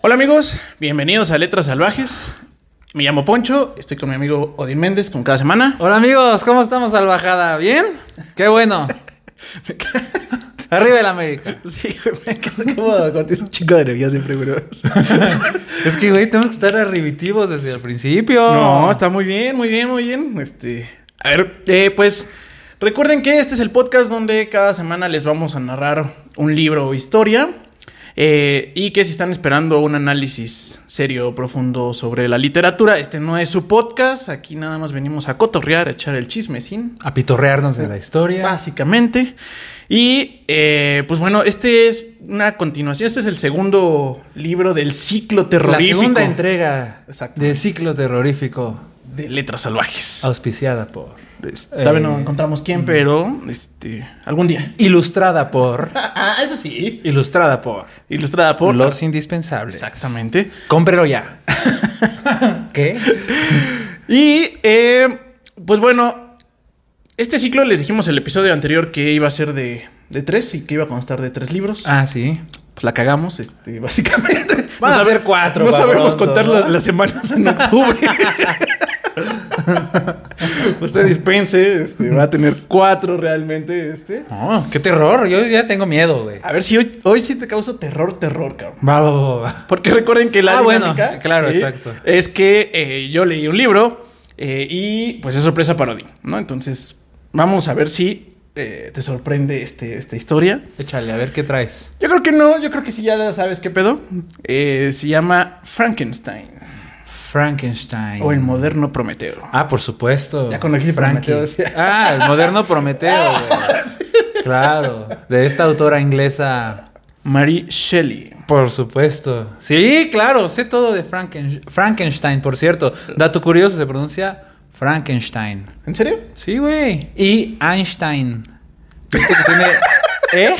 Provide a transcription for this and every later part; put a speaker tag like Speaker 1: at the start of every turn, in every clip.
Speaker 1: Hola amigos, bienvenidos a Letras Salvajes. Me llamo Poncho, estoy con mi amigo Odín Méndez, como cada semana.
Speaker 2: Hola amigos, ¿cómo estamos al bajada? ¿Bien? Qué bueno. Arriba el América.
Speaker 1: Sí, güey, me encanta cómo cuando tienes un chico de energía siempre, güey.
Speaker 2: Es que, güey, tenemos que estar arribitivos desde el principio.
Speaker 1: No, está muy bien, muy bien, muy bien. Este, a ver, eh, pues recuerden que este es el podcast donde cada semana les vamos a narrar un libro o historia. eh, y que si están esperando un análisis serio, profundo sobre la literatura, este no es su podcast. Aquí nada más venimos a cotorrear, a echar el chisme sin
Speaker 2: A pitorrearnos de la historia.
Speaker 1: Básicamente. Y eh, pues bueno, este es una continuación. Este es el segundo libro del ciclo
Speaker 2: La
Speaker 1: terrorífico
Speaker 2: segunda entrega
Speaker 1: Exacto.
Speaker 2: de Ciclo Terrorífico,
Speaker 1: de Letras Salvajes.
Speaker 2: auspiciada por...
Speaker 1: Es- Todavía no
Speaker 2: Ah, eh,
Speaker 1: encontramos quién, pero este, algún día.
Speaker 2: Ilustrada por...
Speaker 1: Ah, eso sí.
Speaker 2: Ilustrada por...
Speaker 1: Ilustrada por
Speaker 2: Los Indispensables.
Speaker 1: Exactamente.
Speaker 2: Cómprelo ya. ¿Qué?
Speaker 1: Y eh, pues bueno, este ciclo les dijimos el episodio anterior que iba a ser de, de tres y que iba a constar de tres libros.
Speaker 2: Ah, sí.
Speaker 1: pues la cagamos, este, básicamente.
Speaker 2: Van a
Speaker 1: sabe-
Speaker 2: ser cuatro
Speaker 1: No
Speaker 2: pa'
Speaker 1: sabemos
Speaker 2: pronto,
Speaker 1: contar
Speaker 2: ¿no?
Speaker 1: las, las semanas en octubre. Usted dispense, este, va a tener cuatro realmente, este.
Speaker 2: Oh, qué terror. Yo ya tengo miedo, güey.
Speaker 1: A ver si hoy, hoy sí te causa terror, terror, cabrón.
Speaker 2: Va, va, va, va.
Speaker 1: Porque recuerden que la
Speaker 2: Ah, bueno,
Speaker 1: dinámica...
Speaker 2: claro, exacto.
Speaker 1: Es que eh, yo leí un libro eh, y pues es sorpresa para Odín, ¿no? Entonces vamos a ver si eh, te sorprende este, esta historia.
Speaker 2: Échale, a ver qué traes.
Speaker 1: Yo creo que no, yo creo que sí ya sabes qué pedo. Eh, se llama Frankenstein
Speaker 2: Frankenstein.
Speaker 1: o el moderno Prometeo.
Speaker 2: Ah, por supuesto.
Speaker 1: Ya conocí
Speaker 2: Frankie.
Speaker 1: Prometeo, Ah, sí.
Speaker 2: Ah, el moderno Prometeo. güey. Claro, de esta autora inglesa.
Speaker 1: Mary Shelley.
Speaker 2: Por supuesto. Sí, claro, sé todo de Franken- Frankenstein, por cierto. Dato curioso, se pronuncia Frankenstein.
Speaker 1: ¿En serio?
Speaker 2: Sí, güey. Y Einstein. Viste que tiene- ¿Eh?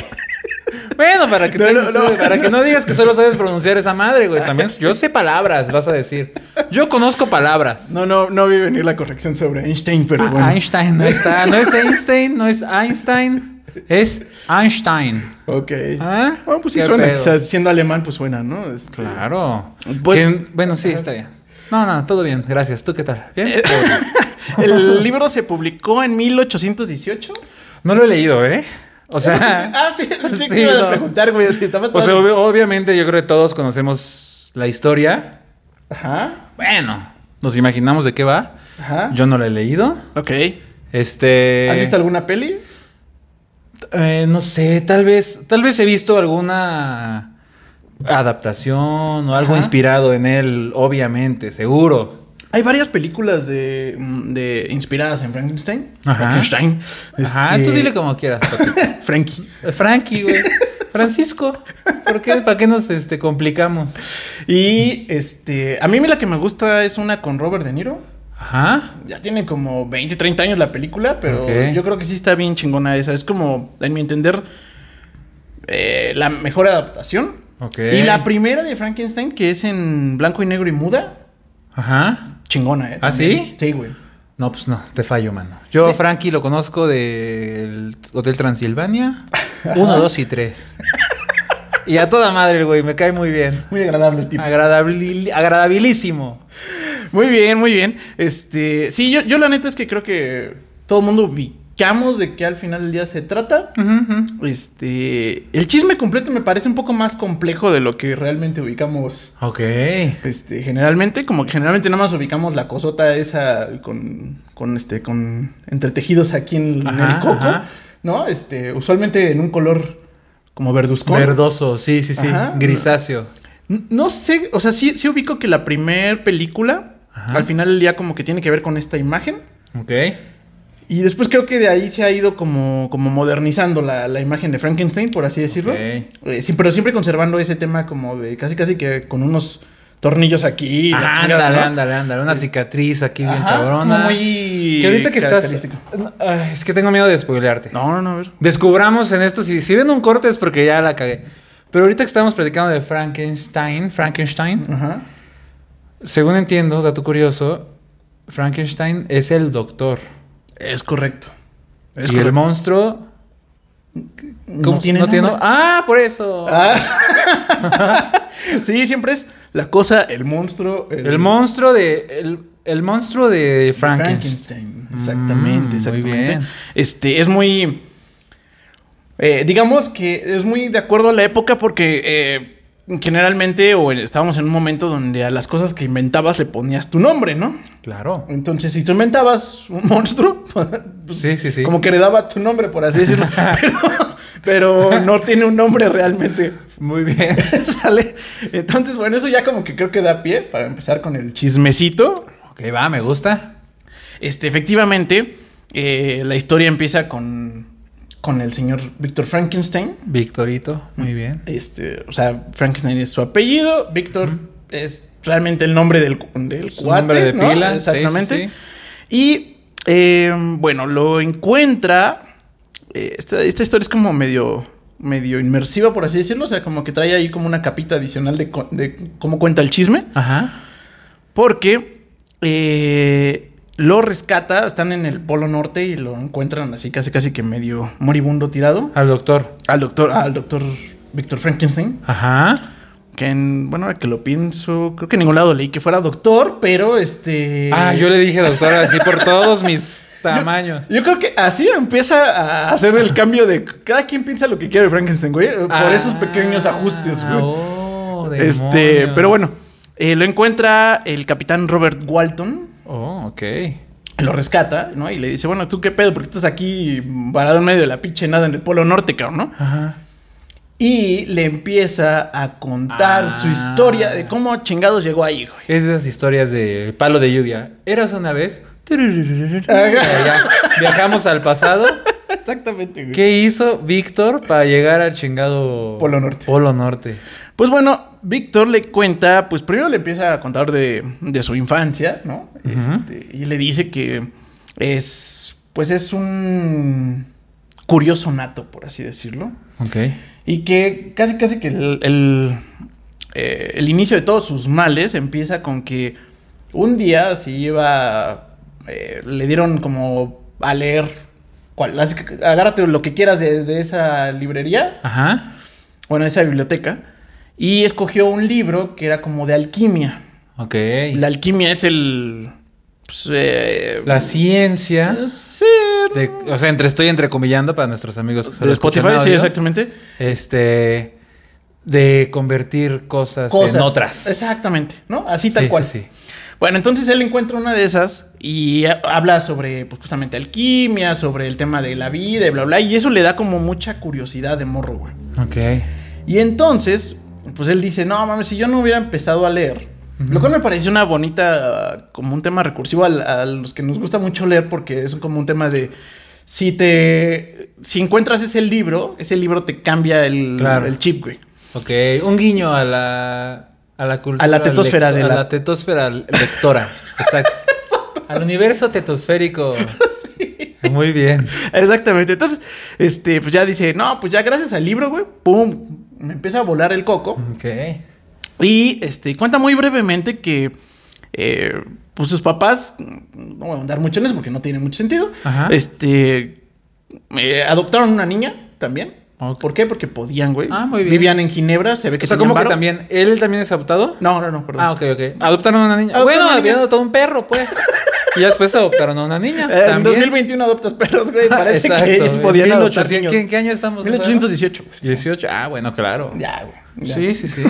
Speaker 2: Bueno, para que,
Speaker 1: No,
Speaker 2: tengas-
Speaker 1: no, no.
Speaker 2: para que no digas que solo sabes pronunciar esa madre, güey. También yo sé palabras, vas a decir. Yo conozco palabras.
Speaker 1: No, no, no vi venir la corrección sobre Einstein, pero
Speaker 2: Ah,
Speaker 1: bueno.
Speaker 2: Einstein, no está. No es Einstein, no es Einstein, es Einstein.
Speaker 1: Ok.
Speaker 2: Ah,
Speaker 1: Bueno, pues sí
Speaker 2: qué
Speaker 1: suena.
Speaker 2: pedo.
Speaker 1: Quizás siendo alemán, pues suena, ¿no? Este,
Speaker 2: Claro.
Speaker 1: Pues-
Speaker 2: ¿Quién- bueno, sí, está bien. No, no, todo bien, gracias. ¿Tú qué tal?
Speaker 1: Eh.
Speaker 2: ¿Bien?
Speaker 1: El libro se publicó en 1818.
Speaker 2: No lo he leído, ¿eh? O sea,
Speaker 1: Ah, pues sí, sí,
Speaker 2: Sí,
Speaker 1: que iba a
Speaker 2: no.
Speaker 1: preguntar, güey. Es que estabas
Speaker 2: o sea,
Speaker 1: todo-
Speaker 2: obvio- obviamente yo creo que todos conocemos la historia.
Speaker 1: Ajá.
Speaker 2: Bueno, nos imaginamos de qué va.
Speaker 1: Ajá.
Speaker 2: Yo no la he leído.
Speaker 1: Ok.
Speaker 2: Este.
Speaker 1: ¿Has visto alguna peli?
Speaker 2: Eh, no sé, tal vez, tal vez he visto alguna adaptación o algo
Speaker 1: Ajá.
Speaker 2: inspirado en él, obviamente, seguro.
Speaker 1: Hay varias películas de, mm, de inspiradas en Frankenstein.
Speaker 2: Ajá.
Speaker 1: Frankenstein.
Speaker 2: Ajá,
Speaker 1: Este,
Speaker 2: tú dile como quieras. Paco.
Speaker 1: Frankie.
Speaker 2: Frankie, güey. Francisco. ¿Por qué? ¿Para qué nos este, complicamos?
Speaker 1: Y este, a mí la que me gusta es una con Robert De Niro.
Speaker 2: Ajá.
Speaker 1: Ya tiene como 20, 30 años la película, pero
Speaker 2: Ok.
Speaker 1: yo creo que sí está bien chingona esa. Es como, en mi entender, eh, la mejor adaptación.
Speaker 2: Ok.
Speaker 1: Y la primera de Frankenstein, que es en blanco y negro y muda,
Speaker 2: Ajá.
Speaker 1: chingona, ¿eh?
Speaker 2: ¿Ah,
Speaker 1: También.
Speaker 2: sí?
Speaker 1: Sí, güey.
Speaker 2: No, pues no, te fallo, mano. Yo, Frankie, lo conozco del Hotel Transilvania. Uno, dos y tres. Y a toda madre, el güey, me cae muy bien.
Speaker 1: Muy agradable el
Speaker 2: Ah,
Speaker 1: tipo.
Speaker 2: Agradabili- agradabilísimo.
Speaker 1: Muy bien, muy bien. Este, sí, yo, yo la neta es que creo que todo el mundo ubicamos de qué al final del día se trata.
Speaker 2: Ujú, ujú.
Speaker 1: Este, el chisme completo me parece un poco más complejo de lo que realmente ubicamos.
Speaker 2: Ok.
Speaker 1: Este, generalmente, como que generalmente nada más ubicamos la cosota esa con, con este, con entretejidos aquí en, en el
Speaker 2: Ajá,
Speaker 1: coco,
Speaker 2: ajá.
Speaker 1: ¿no? Este, usualmente en un color como verduzcón.
Speaker 2: Verdoso, sí, sí, sí.
Speaker 1: Ajá.
Speaker 2: Grisáceo.
Speaker 1: N- No sé, o sea, sí, sí ubico que la primer película,
Speaker 2: Ajá.
Speaker 1: al final del día como que tiene que ver con esta imagen.
Speaker 2: Ok.
Speaker 1: Y después creo que de ahí se ha ido como, como modernizando la, la imagen de Frankenstein, por así decirlo.
Speaker 2: Ok.
Speaker 1: Eh, sí, pero siempre conservando ese tema como de casi casi que con unos tornillos aquí. y la
Speaker 2: Ajá,
Speaker 1: chingada,
Speaker 2: ándale,
Speaker 1: ¿no?
Speaker 2: ándale, ándale. Una cicatriz aquí bien
Speaker 1: Ajá, es
Speaker 2: cabrona.
Speaker 1: como muy
Speaker 2: Que ahorita que estás.
Speaker 1: característico.
Speaker 2: Ay, es que tengo miedo de spoilearte.
Speaker 1: No, no, no, a ver.
Speaker 2: Descubramos en esto. Si, si ven un corte es porque ya la cagué. Pero ahorita que estamos platicando de Frankenstein, Frankenstein,
Speaker 1: Ajá.
Speaker 2: según entiendo, dato curioso, Frankenstein es el doctor.
Speaker 1: Es correcto. Es
Speaker 2: y el
Speaker 1: correcto.
Speaker 2: monstruo
Speaker 1: ¿Cómo?
Speaker 2: ¿No tiene nombre? Ah, por eso.
Speaker 1: Ah. sí, siempre es la cosa, el monstruo.
Speaker 2: El monstruo de. El, el monstruo de Frankenstein.
Speaker 1: Frankenstein. Exactamente,
Speaker 2: Mm, muy
Speaker 1: exactamente.
Speaker 2: bien.
Speaker 1: Este, es muy. eh, digamos que es muy de acuerdo a la época porque eh, generalmente o en- estábamos en un momento donde a las cosas que inventabas le ponías tu nombre, ¿no?
Speaker 2: Claro.
Speaker 1: Entonces, si tú inventabas un monstruo, pues,
Speaker 2: Sí, sí, sí.
Speaker 1: como que heredaba tu nombre, por así decirlo. pero, pero no tiene un nombre realmente.
Speaker 2: Muy bien.
Speaker 1: Sale. Entonces, bueno, eso ya como que creo que da pie para empezar con el chismecito.
Speaker 2: ok, va, me gusta.
Speaker 1: Este, efectivamente, eh, la historia empieza con, con el señor Víctor Frankenstein.
Speaker 2: Victorito, muy bien.
Speaker 1: Este, o sea, Frankenstein es su apellido, Víctor es realmente el nombre del, cu- del
Speaker 2: Su
Speaker 1: cuate,
Speaker 2: nombre de
Speaker 1: ¿no?
Speaker 2: pila. sí, sí,
Speaker 1: Exactamente.
Speaker 2: sí.
Speaker 1: Y eh, bueno, lo encuentra. eh, esta, esta historia es como medio, medio inmersiva, por así decirlo. O sea, como que trae ahí como una capita adicional de, co- de cómo cuenta el chisme.
Speaker 2: Ajá.
Speaker 1: Porque eh, lo rescata, están en el Polo Norte y lo encuentran así casi casi que medio moribundo tirado.
Speaker 2: Al doctor.
Speaker 1: Al doctor, al doctor Víctor Frankenstein.
Speaker 2: Ajá.
Speaker 1: Que en, bueno, ahora que lo pienso, creo que en ningún lado leí que fuera doctor, pero este...
Speaker 2: Ah, yo le dije doctor así por todos mis tamaños.
Speaker 1: Yo creo que así empieza a hacer el cambio de... Cada quien piensa lo que quiere de Frankenstein, güey. eh, Por esos pequeños ajustes, güey.
Speaker 2: Ah, Oh,
Speaker 1: este,
Speaker 2: demonios.
Speaker 1: pero bueno, eh, lo encuentra el capitán Robert Walton.
Speaker 2: Oh, ok.
Speaker 1: lo rescata, ¿no? Y le dice, bueno, ¿tú qué pedo? Porque estás aquí varado en medio de la pinche nada en el Polo Norte, cabrón, ¿no?
Speaker 2: Ajá.
Speaker 1: Y le empieza a contar
Speaker 2: Ah.
Speaker 1: su historia de cómo chingados llegó ahí, güey.
Speaker 2: Es de esas historias de palo de lluvia. Eras una vez.
Speaker 1: Ajá.
Speaker 2: Ya, Viajamos al pasado.
Speaker 1: Exactamente, güey.
Speaker 2: ¿Qué hizo Víctor para llegar al chingado
Speaker 1: Polo Norte.
Speaker 2: Polo Norte.
Speaker 1: Pues bueno, Víctor le cuenta, pues primero le empieza a contar de, de su infancia, ¿no?
Speaker 2: Ujú.
Speaker 1: Este, y le dice que es, pues es un curioso nato, por así decirlo.
Speaker 2: Ok.
Speaker 1: Y que casi, casi que el, el, eh, el inicio de todos sus males empieza con que un día se iba, eh, le dieron como a leer, cual, así que agárrate lo que quieras de, de esa librería,
Speaker 2: Ajá.
Speaker 1: bueno, esa biblioteca, y escogió un libro que era como de alquimia.
Speaker 2: Ok.
Speaker 1: La alquimia es el... Pues, eh,
Speaker 2: La ciencia.
Speaker 1: sí,
Speaker 2: de- o sea, entre, estoy entrecomillando para nuestros amigos que
Speaker 1: de
Speaker 2: solo escuchan
Speaker 1: Spotify, sí,
Speaker 2: audio.
Speaker 1: exactamente.
Speaker 2: Este. De convertir cosas, en otras.
Speaker 1: Exactamente, ¿no? Así tal
Speaker 2: Sí,
Speaker 1: cual.
Speaker 2: sí, sí.
Speaker 1: Bueno, entonces él encuentra una de esas y ha- habla sobre, pues, justamente alquimia, sobre el tema de la vida y bla, bla, y eso le da como mucha curiosidad de morro, güey.
Speaker 2: Ok.
Speaker 1: Y entonces, pues él dice, no, mames, si yo no hubiera empezado a leer,
Speaker 2: Ujú.
Speaker 1: lo cual me pareció una bonita, como un tema recursivo al- a, los que nos gusta mucho leer porque es como un tema de... Si te... Si encuentras ese libro, ese libro te cambia el,
Speaker 2: Claro.
Speaker 1: el chip, güey.
Speaker 2: Ok, un guiño a la, a la cultura.
Speaker 1: A la tetosfera
Speaker 2: lecto-
Speaker 1: de
Speaker 2: a
Speaker 1: la-
Speaker 2: la tetosfera lectora. Exacto. Al universo tetosférico. Muy bien.
Speaker 1: Exactamente. Entonces, este, pues ya dice, no, pues ya gracias al libro, güey, pum, me empieza a volar el coco.
Speaker 2: Ok.
Speaker 1: Y, este, cuenta muy brevemente que, eh, pues sus papás, mm, no voy a andar mucho en eso porque no tiene mucho sentido,
Speaker 2: Ajá.
Speaker 1: este, eh, adoptaron una niña también.
Speaker 2: Ok.
Speaker 1: ¿Por qué? Porque podían, güey.
Speaker 2: Ah, muy bien.
Speaker 1: Vivían en Ginebra, se ve que
Speaker 2: O sea,
Speaker 1: tenían
Speaker 2: ¿cómo que
Speaker 1: varo.
Speaker 2: también? ¿Él también es adoptado?
Speaker 1: No, no, no, perdón.
Speaker 2: Ah, ok, ok. Adoptaron a una niña.
Speaker 1: Adoptaron
Speaker 2: bueno,
Speaker 1: a una
Speaker 2: habían
Speaker 1: niña.
Speaker 2: adoptado un perro, pues. Y ya después adoptaron a una niña.
Speaker 1: Eh, en
Speaker 2: también.
Speaker 1: 2021 adoptas perros, güey. Parece que
Speaker 2: Exacto.
Speaker 1: ellos
Speaker 2: en
Speaker 1: podían
Speaker 2: 1800.
Speaker 1: adoptar niños.
Speaker 2: ¿Qué, qué año estamos?
Speaker 1: 1818. güey.
Speaker 2: 18. Ah, bueno, claro.
Speaker 1: Ya, güey. ya.
Speaker 2: Sí, sí, sí.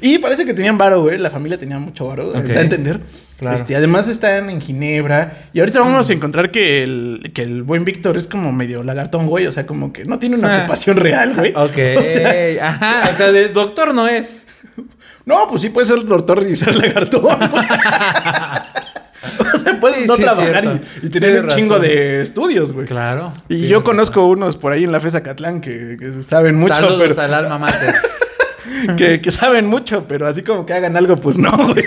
Speaker 1: Y parece que tenían varo, güey. La familia tenía mucho varo, eh,
Speaker 2: Ok.
Speaker 1: da a entender.
Speaker 2: Claro.
Speaker 1: Este, además están en Ginebra. Y ahorita vamos a encontrar que el, que el buen Víctor es como medio lagartón, güey. O sea, como que no tiene una
Speaker 2: Ah.
Speaker 1: ocupación real, güey.
Speaker 2: Ok.
Speaker 1: O sea,
Speaker 2: Ajá. O sea, de doctor no es.
Speaker 1: no, pues sí puede ser doctor y ser lagartón, güey. O sea, puedes
Speaker 2: Sí,
Speaker 1: no
Speaker 2: sí, es
Speaker 1: trabajar
Speaker 2: cierto.
Speaker 1: y, y tener
Speaker 2: Tienes
Speaker 1: un chingo
Speaker 2: razón.
Speaker 1: de estudios, güey.
Speaker 2: Claro.
Speaker 1: Y yo conozco unos por ahí en la FESA Catlán que, que saben mucho,
Speaker 2: Saludos
Speaker 1: pero
Speaker 2: al alma mater.
Speaker 1: que, que saben mucho, pero así como que hagan algo, pues no, güey.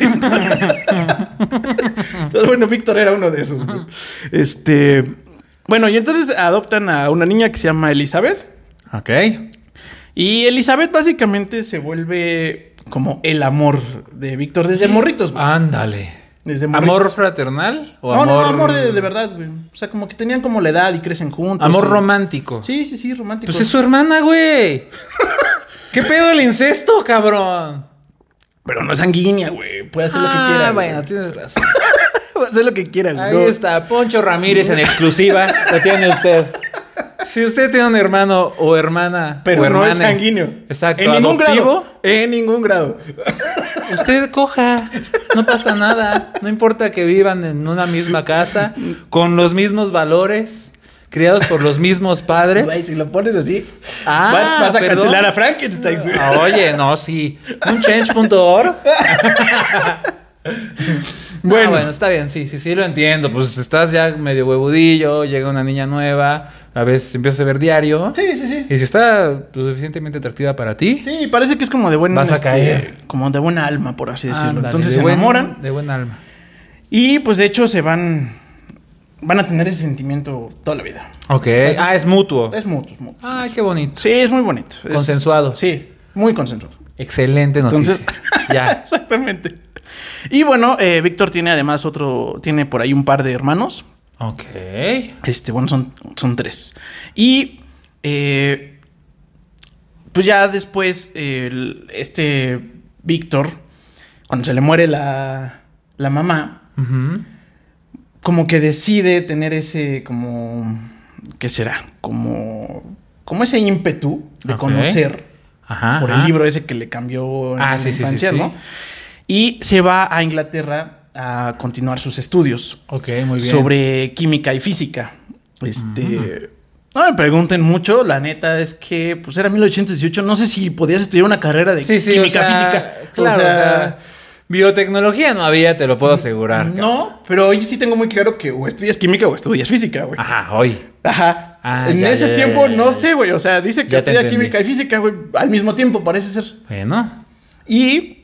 Speaker 1: Entonces, bueno, Víctor era uno de esos. güey. Este. Bueno, y entonces adoptan a una niña que se llama Elizabeth.
Speaker 2: ok.
Speaker 1: Y Elizabeth básicamente se vuelve como el amor de Víctor desde morritos, güey.
Speaker 2: Ándale.
Speaker 1: Desde
Speaker 2: Ah, ¿Amor
Speaker 1: morritos.
Speaker 2: fraternal o
Speaker 1: No,
Speaker 2: amor...
Speaker 1: no, no, amor de, de verdad, güey. O sea, como que tenían como la edad y crecen juntos.
Speaker 2: Amor
Speaker 1: y-
Speaker 2: romántico.
Speaker 1: Sí, sí, sí, romántico.
Speaker 2: Pues es su hermana, güey. ¿Qué pedo el incesto, cabrón?
Speaker 1: Pero no es sanguínea, güey. Puede hacer lo
Speaker 2: Ah,
Speaker 1: que quiera. güey.
Speaker 2: bueno, tienes razón.
Speaker 1: Puede hacer lo que quiera, güey.
Speaker 2: Ahí
Speaker 1: No.
Speaker 2: está, Poncho Ramírez en exclusiva. Lo tiene usted. Si usted tiene un hermano o hermana.
Speaker 1: Pero
Speaker 2: o
Speaker 1: no es
Speaker 2: hermana,
Speaker 1: sanguíneo.
Speaker 2: Exacto.
Speaker 1: En ningún
Speaker 2: adoptivo,
Speaker 1: grado. En ningún grado.
Speaker 2: Usted coja. No pasa nada. No importa que vivan en una misma casa, con los mismos valores, criados por los mismos
Speaker 1: Güey,
Speaker 2: padres.
Speaker 1: si lo pones así,
Speaker 2: Ah,
Speaker 1: vas, vas a
Speaker 2: perdón.
Speaker 1: cancelar a Frankenstein, güey.
Speaker 2: Ah, Oye, no, sí. Un change.org. Bueno.
Speaker 1: Bueno,
Speaker 2: Ah, bueno, está bien, sí, sí, sí, lo entiendo. Pues estás ya medio huevudillo, llega una niña nueva, a veces empiezas a ver diario.
Speaker 1: sí, sí, sí.
Speaker 2: Y si está lo suficientemente atractiva para ti,
Speaker 1: Sí, parece que es como de buen
Speaker 2: Vas a
Speaker 1: este,
Speaker 2: caer.
Speaker 1: como de buena alma, por así decirlo.
Speaker 2: ándale,
Speaker 1: Ah, Entonces
Speaker 2: eh, de
Speaker 1: se
Speaker 2: buen-
Speaker 1: enamoran
Speaker 2: De buen alma.
Speaker 1: y pues de hecho se van van a tener ese sentimiento toda la vida.
Speaker 2: Ok. Ah, es mutuo.
Speaker 1: Es mutuo, es mutuo.
Speaker 2: Ah, qué bonito.
Speaker 1: Sí, es muy bonito. Es-
Speaker 2: Consensuado.
Speaker 1: sí, muy consensuado.
Speaker 2: Excelente noticia.
Speaker 1: Entonces-
Speaker 2: ya.
Speaker 1: Exactamente. Y bueno, eh, Víctor tiene además otro, tiene por ahí un par de hermanos.
Speaker 2: Ok.
Speaker 1: Este, bueno, son, son tres. Y eh, pues ya después, eh, el- este Víctor, cuando se le muere la, la mamá,
Speaker 2: Ujú.
Speaker 1: como que decide tener ese, como, ¿qué será? Como, como ese ímpetu de
Speaker 2: Ok.
Speaker 1: conocer
Speaker 2: Ajá.
Speaker 1: por el
Speaker 2: ajá.
Speaker 1: libro ese que le cambió en
Speaker 2: Ah,
Speaker 1: la
Speaker 2: sí, sí, sí,
Speaker 1: infancia,
Speaker 2: sí.
Speaker 1: ¿no? Y se va a Inglaterra a continuar sus estudios
Speaker 2: Ok, muy bien.
Speaker 1: sobre química y física. Este. No me pregunten mucho, la neta es que pues era 1818, no sé si podías estudiar una carrera de
Speaker 2: Sí, sí,
Speaker 1: química
Speaker 2: o sea,
Speaker 1: física.
Speaker 2: Claro, o sea, biotecnología no había, te lo puedo asegurar. cabrón.
Speaker 1: no, pero hoy sí tengo muy claro que o estudias química o estudias física, güey.
Speaker 2: Ajá, hoy.
Speaker 1: Ajá.
Speaker 2: Ah,
Speaker 1: en
Speaker 2: ya,
Speaker 1: ese
Speaker 2: ya, ya,
Speaker 1: tiempo
Speaker 2: ya,
Speaker 1: no
Speaker 2: ya.
Speaker 1: sé, güey, o sea, dice que
Speaker 2: Ya te
Speaker 1: estudia
Speaker 2: entendí.
Speaker 1: química y física, güey, al mismo tiempo parece ser.
Speaker 2: Bueno.
Speaker 1: Y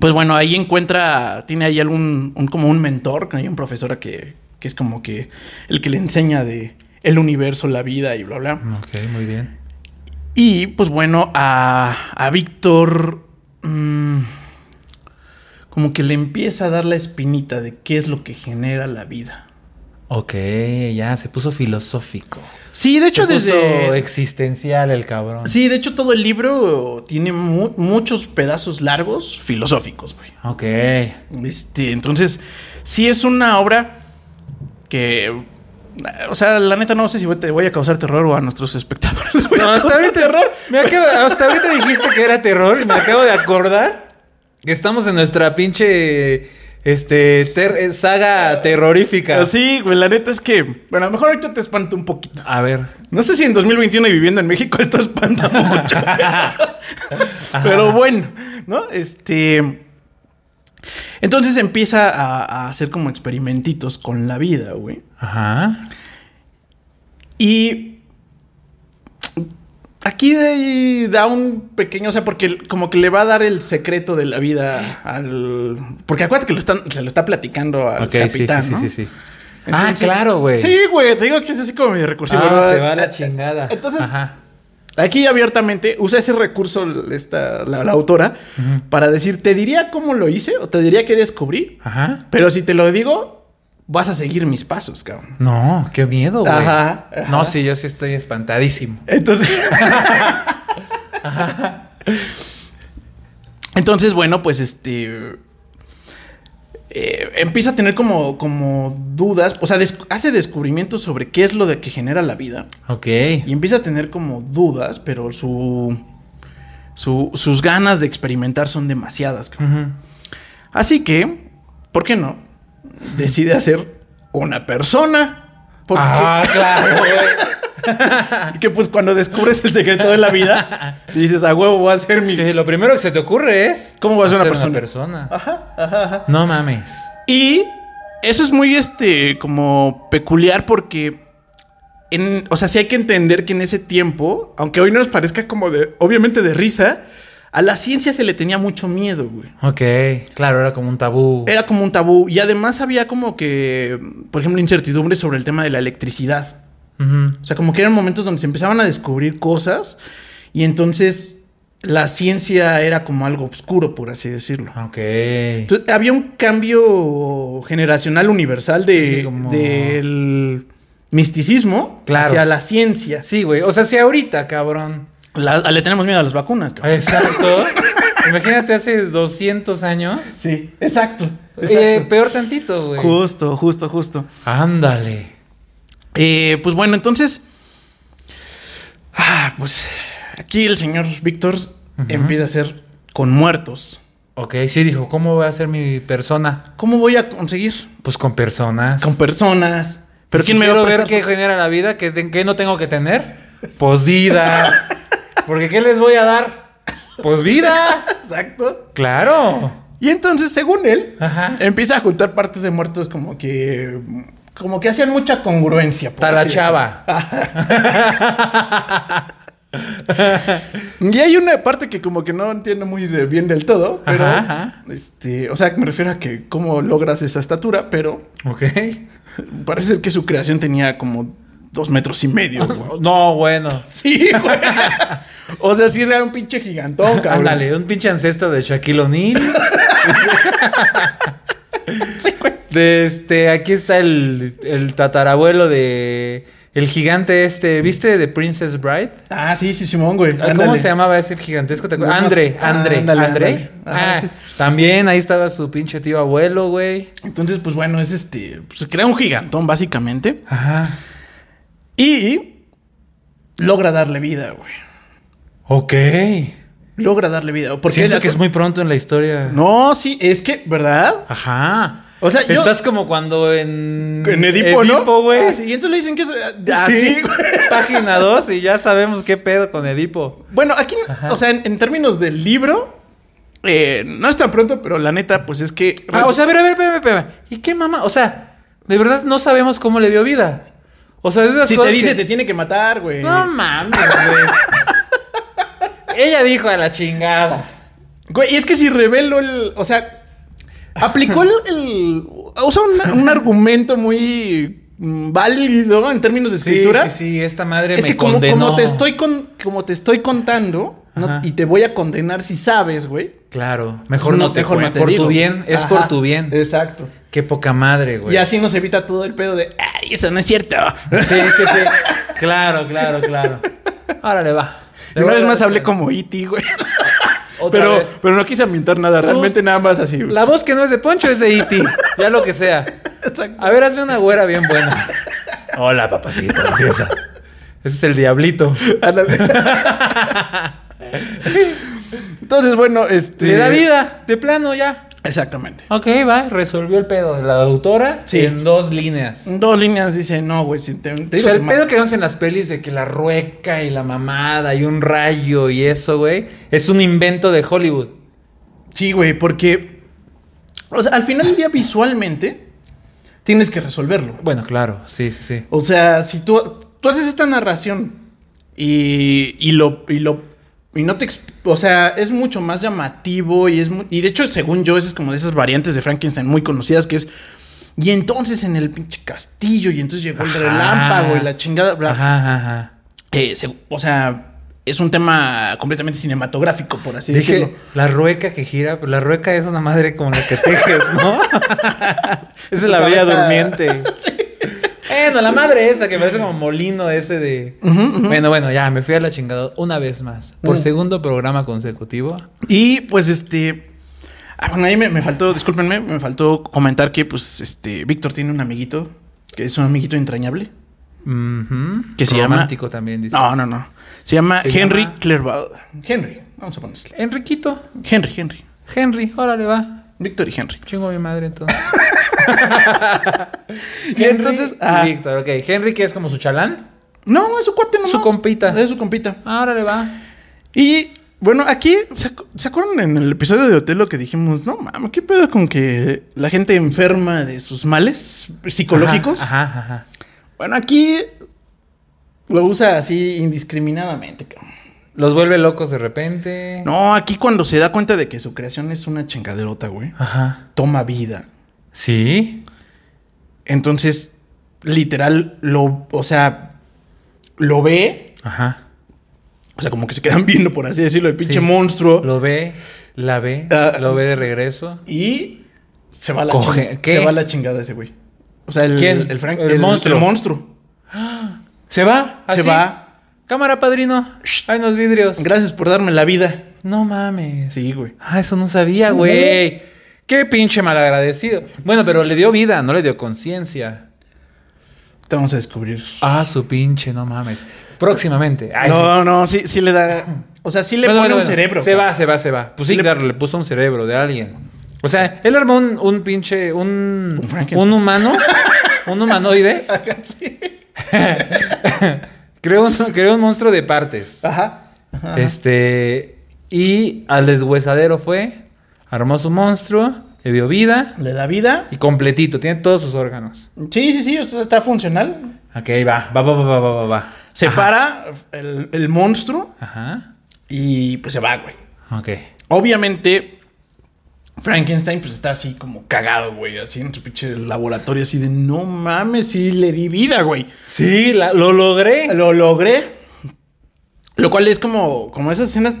Speaker 1: pues bueno, ahí encuentra, tiene ahí algún, un- como un mentor, que hay un profesor que, que es como que el que le enseña de el universo, la vida y bla, bla.
Speaker 2: Ok, muy bien.
Speaker 1: Y pues bueno, a, a Víctor mm, como que le empieza a dar la espinita de qué es lo que genera la vida.
Speaker 2: Ok, ya se puso filosófico.
Speaker 1: Sí, de hecho
Speaker 2: se puso
Speaker 1: desde...
Speaker 2: existencial el cabrón.
Speaker 1: Sí, de hecho todo el libro tiene mu- muchos pedazos largos filosóficos, güey.
Speaker 2: Ok.
Speaker 1: Este, entonces, sí es una obra que. O sea, la neta no sé si voy- te voy a causar terror o a nuestros espectadores. les voy a
Speaker 2: No, hasta
Speaker 1: causar
Speaker 2: ahorita,
Speaker 1: terror.
Speaker 2: me acabo- hasta ahorita dijiste que era terror y me acabo de acordar que estamos en nuestra pinche este ter- eh, saga terrorífica.
Speaker 1: Sí, güey, la neta es que. Bueno, a lo mejor ahorita te espanto un poquito.
Speaker 2: A ver.
Speaker 1: No sé si en 2021 y viviendo en México esto espanta mucho. Pero bueno, ¿no? Este. Entonces empieza a, a hacer como experimentitos con la vida, güey.
Speaker 2: Ajá.
Speaker 1: Y aquí de- da un pequeño, o sea, porque el- como que le va a dar el secreto de la vida al... Porque acuérdate que lo están, se lo está platicando al
Speaker 2: Ok, sí,
Speaker 1: capitán,
Speaker 2: sí,
Speaker 1: ¿no?
Speaker 2: sí, sí, sí.
Speaker 1: Entonces-
Speaker 2: ah, claro, güey.
Speaker 1: Sí, güey, te digo que es así como medio recursivo.
Speaker 2: Ah,
Speaker 1: ¿verdad?
Speaker 2: se va a
Speaker 1: Eh,
Speaker 2: la chingada.
Speaker 1: Entonces,
Speaker 2: Ajá.
Speaker 1: aquí abiertamente usa ese recurso esta, la, la autora
Speaker 2: Ujú.
Speaker 1: para decir, te diría cómo lo hice o te diría qué descubrí,
Speaker 2: Ajá.
Speaker 1: pero si te lo digo, vas a seguir mis pasos, cabrón.
Speaker 2: No, qué miedo, güey.
Speaker 1: Ajá, ajá.
Speaker 2: No, sí, yo sí estoy espantadísimo.
Speaker 1: Entonces. Entonces, bueno, pues este. eh, empieza a tener como, como dudas, o sea, des- hace descubrimientos sobre qué es lo de que genera la vida.
Speaker 2: Ok.
Speaker 1: Y empieza a tener como dudas, pero su, su- sus ganas de experimentar son demasiadas. cabrón.
Speaker 2: Ujú.
Speaker 1: Así que, ¿por qué no? Decide hacer una persona. Porque,
Speaker 2: Ah, claro, güey.
Speaker 1: Que pues cuando descubres el secreto de la vida, dices, a huevo voy a hacer mi...
Speaker 2: Sí, lo primero que se te ocurre es.
Speaker 1: ¿Cómo vas a ser una
Speaker 2: hacer
Speaker 1: persona? Ajá, ajá, ajá.
Speaker 2: No mames.
Speaker 1: Y eso es muy, este, como peculiar porque... En, o sea, sí hay que entender que en ese tiempo, aunque hoy nos parezca como de, obviamente de risa, a la ciencia se le tenía mucho miedo, güey.
Speaker 2: Ok, claro, era como un tabú.
Speaker 1: Era como un tabú y además había como que, por ejemplo, incertidumbre sobre el tema de la electricidad.
Speaker 2: Ujú.
Speaker 1: O sea, como que eran momentos donde se empezaban a descubrir cosas y entonces la ciencia era como algo oscuro, por así decirlo.
Speaker 2: Ok.
Speaker 1: Entonces, había un cambio generacional universal de,
Speaker 2: Sí, sí, como-
Speaker 1: del misticismo
Speaker 2: Claro.
Speaker 1: hacia la ciencia.
Speaker 2: Sí, güey. O sea, si ahorita, cabrón.
Speaker 1: La- le tenemos miedo a las vacunas, cabrón.
Speaker 2: Exacto. Imagínate hace 200 años.
Speaker 1: Sí, exacto.
Speaker 2: Eh,
Speaker 1: exacto.
Speaker 2: peor tantito, güey.
Speaker 1: justo, justo, justo.
Speaker 2: Ándale.
Speaker 1: Eh, pues bueno, entonces. Ah, pues aquí el señor Víctor empieza a hacer con muertos.
Speaker 2: Ok, sí dijo, ¿cómo voy a ser mi persona?
Speaker 1: ¿Cómo voy a conseguir?
Speaker 2: Pues con personas.
Speaker 1: Con personas. Pero
Speaker 2: Y
Speaker 1: ¿quién
Speaker 2: si
Speaker 1: me va a
Speaker 2: quiero ver
Speaker 1: prestar
Speaker 2: qué
Speaker 1: su-
Speaker 2: genera la vida, qué, te- qué no tengo que tener? Pues vida. Porque ¿qué les voy a dar? Pues vida.
Speaker 1: Exacto.
Speaker 2: Claro.
Speaker 1: Y entonces, según él,
Speaker 2: Ajá.
Speaker 1: empieza a juntar partes de muertos como que. Como que hacían mucha congruencia. por así Ah,
Speaker 2: Talachaba.
Speaker 1: decirlo. Y hay una parte que como que no entiendo muy de- bien del todo, pero.
Speaker 2: Ajá, ajá.
Speaker 1: Este. O sea, me refiero a que cómo logras esa estatura, pero.
Speaker 2: Ok.
Speaker 1: Parece ser que su creación tenía como dos metros y medio, güey.
Speaker 2: No, bueno.
Speaker 1: Sí, güey. O sea, sí era un pinche gigantón, cabrón.
Speaker 2: Ándale, un pinche ancestro de Shaquille O'Neal.
Speaker 1: Sí, güey.
Speaker 2: De este, aquí está el, el tatarabuelo de el gigante este, ¿viste? De Princess Bride.
Speaker 1: Ah, sí, sí, Simón, güey.
Speaker 2: Ah, ¿Cómo
Speaker 1: Ándale.
Speaker 2: se llamaba ese gigantesco? ¿Te acuerdas?
Speaker 1: No, no.
Speaker 2: André,
Speaker 1: Ah,
Speaker 2: André,
Speaker 1: ándale,
Speaker 2: André.
Speaker 1: ándale. Ajá,
Speaker 2: Ah,
Speaker 1: sí.
Speaker 2: También ahí estaba su pinche tío abuelo, güey.
Speaker 1: Entonces, pues bueno, es este. pues, Se crea un gigantón, básicamente.
Speaker 2: Ajá.
Speaker 1: Y logra darle vida, güey.
Speaker 2: Ok.
Speaker 1: Logra darle vida. Porque
Speaker 2: Siento
Speaker 1: la-
Speaker 2: que es muy pronto en la historia.
Speaker 1: No, sí, es que, ¿verdad?
Speaker 2: Ajá.
Speaker 1: O sea, yo-
Speaker 2: Estás como cuando en...
Speaker 1: En Edipo, ¿no?
Speaker 2: güey.
Speaker 1: Ah, sí, Ah, Y entonces le dicen que es.
Speaker 2: Sí,
Speaker 1: Así, güey.
Speaker 2: Página 2 y ya sabemos qué pedo con Edipo.
Speaker 1: Bueno, aquí,
Speaker 2: Ajá.
Speaker 1: o sea, en, en términos del libro, eh, no es tan pronto, pero la neta, pues es que.
Speaker 2: Ah, o sea, a ver, a ver, espérame, espérame. ¿Y qué mamá? O sea, de verdad no sabemos cómo le dio vida. O sea, es de las
Speaker 1: si te
Speaker 2: cosas
Speaker 1: dice,
Speaker 2: que-
Speaker 1: te tiene que matar, güey.
Speaker 2: No mames, güey. Ella dijo a la chingada.
Speaker 1: Güey, y es que si revelo el. O sea, aplicó el. el- o sea, un, un argumento muy mm, válido en términos de escritura.
Speaker 2: Sí, sí, sí, esta madre
Speaker 1: Es
Speaker 2: me
Speaker 1: que como,
Speaker 2: condenó.
Speaker 1: como te estoy con, como te estoy contando, no-
Speaker 2: Ajá.
Speaker 1: y te voy a condenar si sabes, güey.
Speaker 2: Claro,
Speaker 1: pues
Speaker 2: mejor no, te
Speaker 1: mejor
Speaker 2: cuento. Por
Speaker 1: digo.
Speaker 2: tu bien, es
Speaker 1: Ajá,
Speaker 2: por tu bien.
Speaker 1: Exacto.
Speaker 2: Qué poca madre, güey.
Speaker 1: Y así nos evita todo el pedo de, ay, eso no es cierto.
Speaker 2: Sí, sí, sí. claro, claro, claro. Ahora le va. Le
Speaker 1: Una
Speaker 2: voy a
Speaker 1: vez
Speaker 2: dar
Speaker 1: más hablé
Speaker 2: chance.
Speaker 1: como Iti, güey.
Speaker 2: Otra
Speaker 1: Pero,
Speaker 2: vez.
Speaker 1: pero no quise ambientar nada, realmente nada más así.
Speaker 2: La voz que no es de Poncho es de E.T. Ya lo que sea.
Speaker 1: Exacto.
Speaker 2: A ver, hazme una güera bien buena. Hola, papacito. Empieza. Ese es el diablito.
Speaker 1: Ándale. Entonces, bueno, este.
Speaker 2: Le da vida, de plano ya.
Speaker 1: Exactamente.
Speaker 2: Ok, va, resolvió el pedo de la autora
Speaker 1: Sí.
Speaker 2: en dos líneas.
Speaker 1: Dos líneas dice, no, güey, si te, te digo
Speaker 2: O sea,
Speaker 1: que
Speaker 2: el
Speaker 1: ma-
Speaker 2: pedo que vemos en las pelis de que la rueca y la mamada y un rayo y eso, güey, es un invento de Hollywood.
Speaker 1: Sí, güey, porque. O sea, al final del día, visualmente, tienes que resolverlo.
Speaker 2: Bueno, claro, sí, sí, sí.
Speaker 1: O sea, si tú, tú haces esta narración y, y lo. Y lo y no te. exp- O sea, es mucho más llamativo y es. mu- Y de hecho, según yo, esa es como de esas variantes de Frankenstein muy conocidas que es. Y entonces en el pinche castillo, y entonces llegó el
Speaker 2: Ajá.
Speaker 1: relámpago y la chingada. bla.
Speaker 2: Ajá, ajá, ajá.
Speaker 1: Eh, se- o sea, es un tema completamente cinematográfico, por así
Speaker 2: Dije,
Speaker 1: decirlo.
Speaker 2: la rueca que gira, pero la rueca es una madre como la que tejes, ¿no? esa es la bella
Speaker 1: Cabeza-
Speaker 2: durmiente. Bueno, la madre esa que parece como molino ese de...
Speaker 1: Ujú, ujú.
Speaker 2: Bueno, bueno, ya, me fui a la chingada una vez más. Por
Speaker 1: Mm.
Speaker 2: segundo programa consecutivo.
Speaker 1: Y pues este. Ah, bueno, ahí me, me faltó, discúlpenme, me faltó comentar que pues este Víctor tiene un amiguito, que es un amiguito entrañable.
Speaker 2: Ujú.
Speaker 1: Que se llama-
Speaker 2: Romántico también, dice.
Speaker 1: No, no, no. Se llama
Speaker 2: Se
Speaker 1: Henry
Speaker 2: llama-
Speaker 1: Clerval. Henry, vamos a ponerle.
Speaker 2: Enriquito.
Speaker 1: Henry, Henry.
Speaker 2: Henry, órale, va.
Speaker 1: Víctor y Henry.
Speaker 2: Chingo a mi madre entonces.
Speaker 1: Y entonces, ah.
Speaker 2: y Víctor, ok. Henry, que es como su chalán.
Speaker 1: No, es su cuate nomás.
Speaker 2: Su compita.
Speaker 1: Es su compita.
Speaker 2: Ahora le va.
Speaker 1: Y bueno, aquí, ¿se, acu- se acuerdan en el episodio de Hotel lo que dijimos? No mames, ¿qué pedo con que la gente enferma de sus males psicológicos?
Speaker 2: Ajá, ajá, ajá.
Speaker 1: Bueno, aquí lo usa así indiscriminadamente, cabrón.
Speaker 2: Los vuelve locos de repente.
Speaker 1: No, aquí cuando se da cuenta de que su creación es una chingaderota, güey,
Speaker 2: Ajá.
Speaker 1: toma vida.
Speaker 2: Sí.
Speaker 1: Entonces, literal, lo, o sea, lo ve,
Speaker 2: Ajá.
Speaker 1: O sea, como que se quedan viendo, por así decirlo, el pinche monstruo.
Speaker 2: Lo ve, la ve,
Speaker 1: Ah.
Speaker 2: lo ve de regreso.
Speaker 1: Y se va a la
Speaker 2: Coge-
Speaker 1: chingada.
Speaker 2: ¿qué?
Speaker 1: Se va a la chingada ese güey. O sea, el,
Speaker 2: ¿Quién?
Speaker 1: el Frank-
Speaker 2: El monstruo.
Speaker 1: El monstruo.
Speaker 2: Se va,
Speaker 1: Se
Speaker 2: así.
Speaker 1: va.
Speaker 2: Cámara, padrino. Hay unos vidrios.
Speaker 1: Gracias por darme la vida.
Speaker 2: no mames.
Speaker 1: Sí, güey.
Speaker 2: Ah, eso no sabía, güey. Qué pinche malagradecido. Bueno, pero le dio vida, no le dio conciencia.
Speaker 1: Te vamos a descubrir.
Speaker 2: Ah, su pinche, no mames. Próximamente. Ay, sí.
Speaker 1: no, no, sí, sí le da. O sea, sí le
Speaker 2: Bueno,
Speaker 1: pone
Speaker 2: bueno,
Speaker 1: un
Speaker 2: bueno.
Speaker 1: cerebro.
Speaker 2: Se
Speaker 1: cabrón.
Speaker 2: va, se va, se va. Pues sí,
Speaker 1: Le-
Speaker 2: claro, le puso un cerebro de alguien. O sea, él armó un, un pinche, un,
Speaker 1: Un
Speaker 2: un,
Speaker 1: Frankenstein.
Speaker 2: humano, un humanoide.
Speaker 1: Sí.
Speaker 2: creó, un, creó un monstruo de partes.
Speaker 1: Ajá. Ajá.
Speaker 2: Este, y al deshuesadero fue, armó su monstruo, le dio vida
Speaker 1: Le da vida.
Speaker 2: y completito, tiene todos sus órganos.
Speaker 1: Sí, sí, sí, o sea, está funcional.
Speaker 2: Ok, va, va, va, va, va, va, va, va.
Speaker 1: Se
Speaker 2: Ajá.
Speaker 1: para el, el monstruo
Speaker 2: Ajá.
Speaker 1: y pues se va, güey.
Speaker 2: Ok.
Speaker 1: Obviamente, Frankenstein pues está así como cagado, güey. Así en su pinche laboratorio, así de no mames, sí le di vida, güey.
Speaker 2: Sí, la- lo logré.
Speaker 1: Lo logré. Lo cual es como, como esas escenas.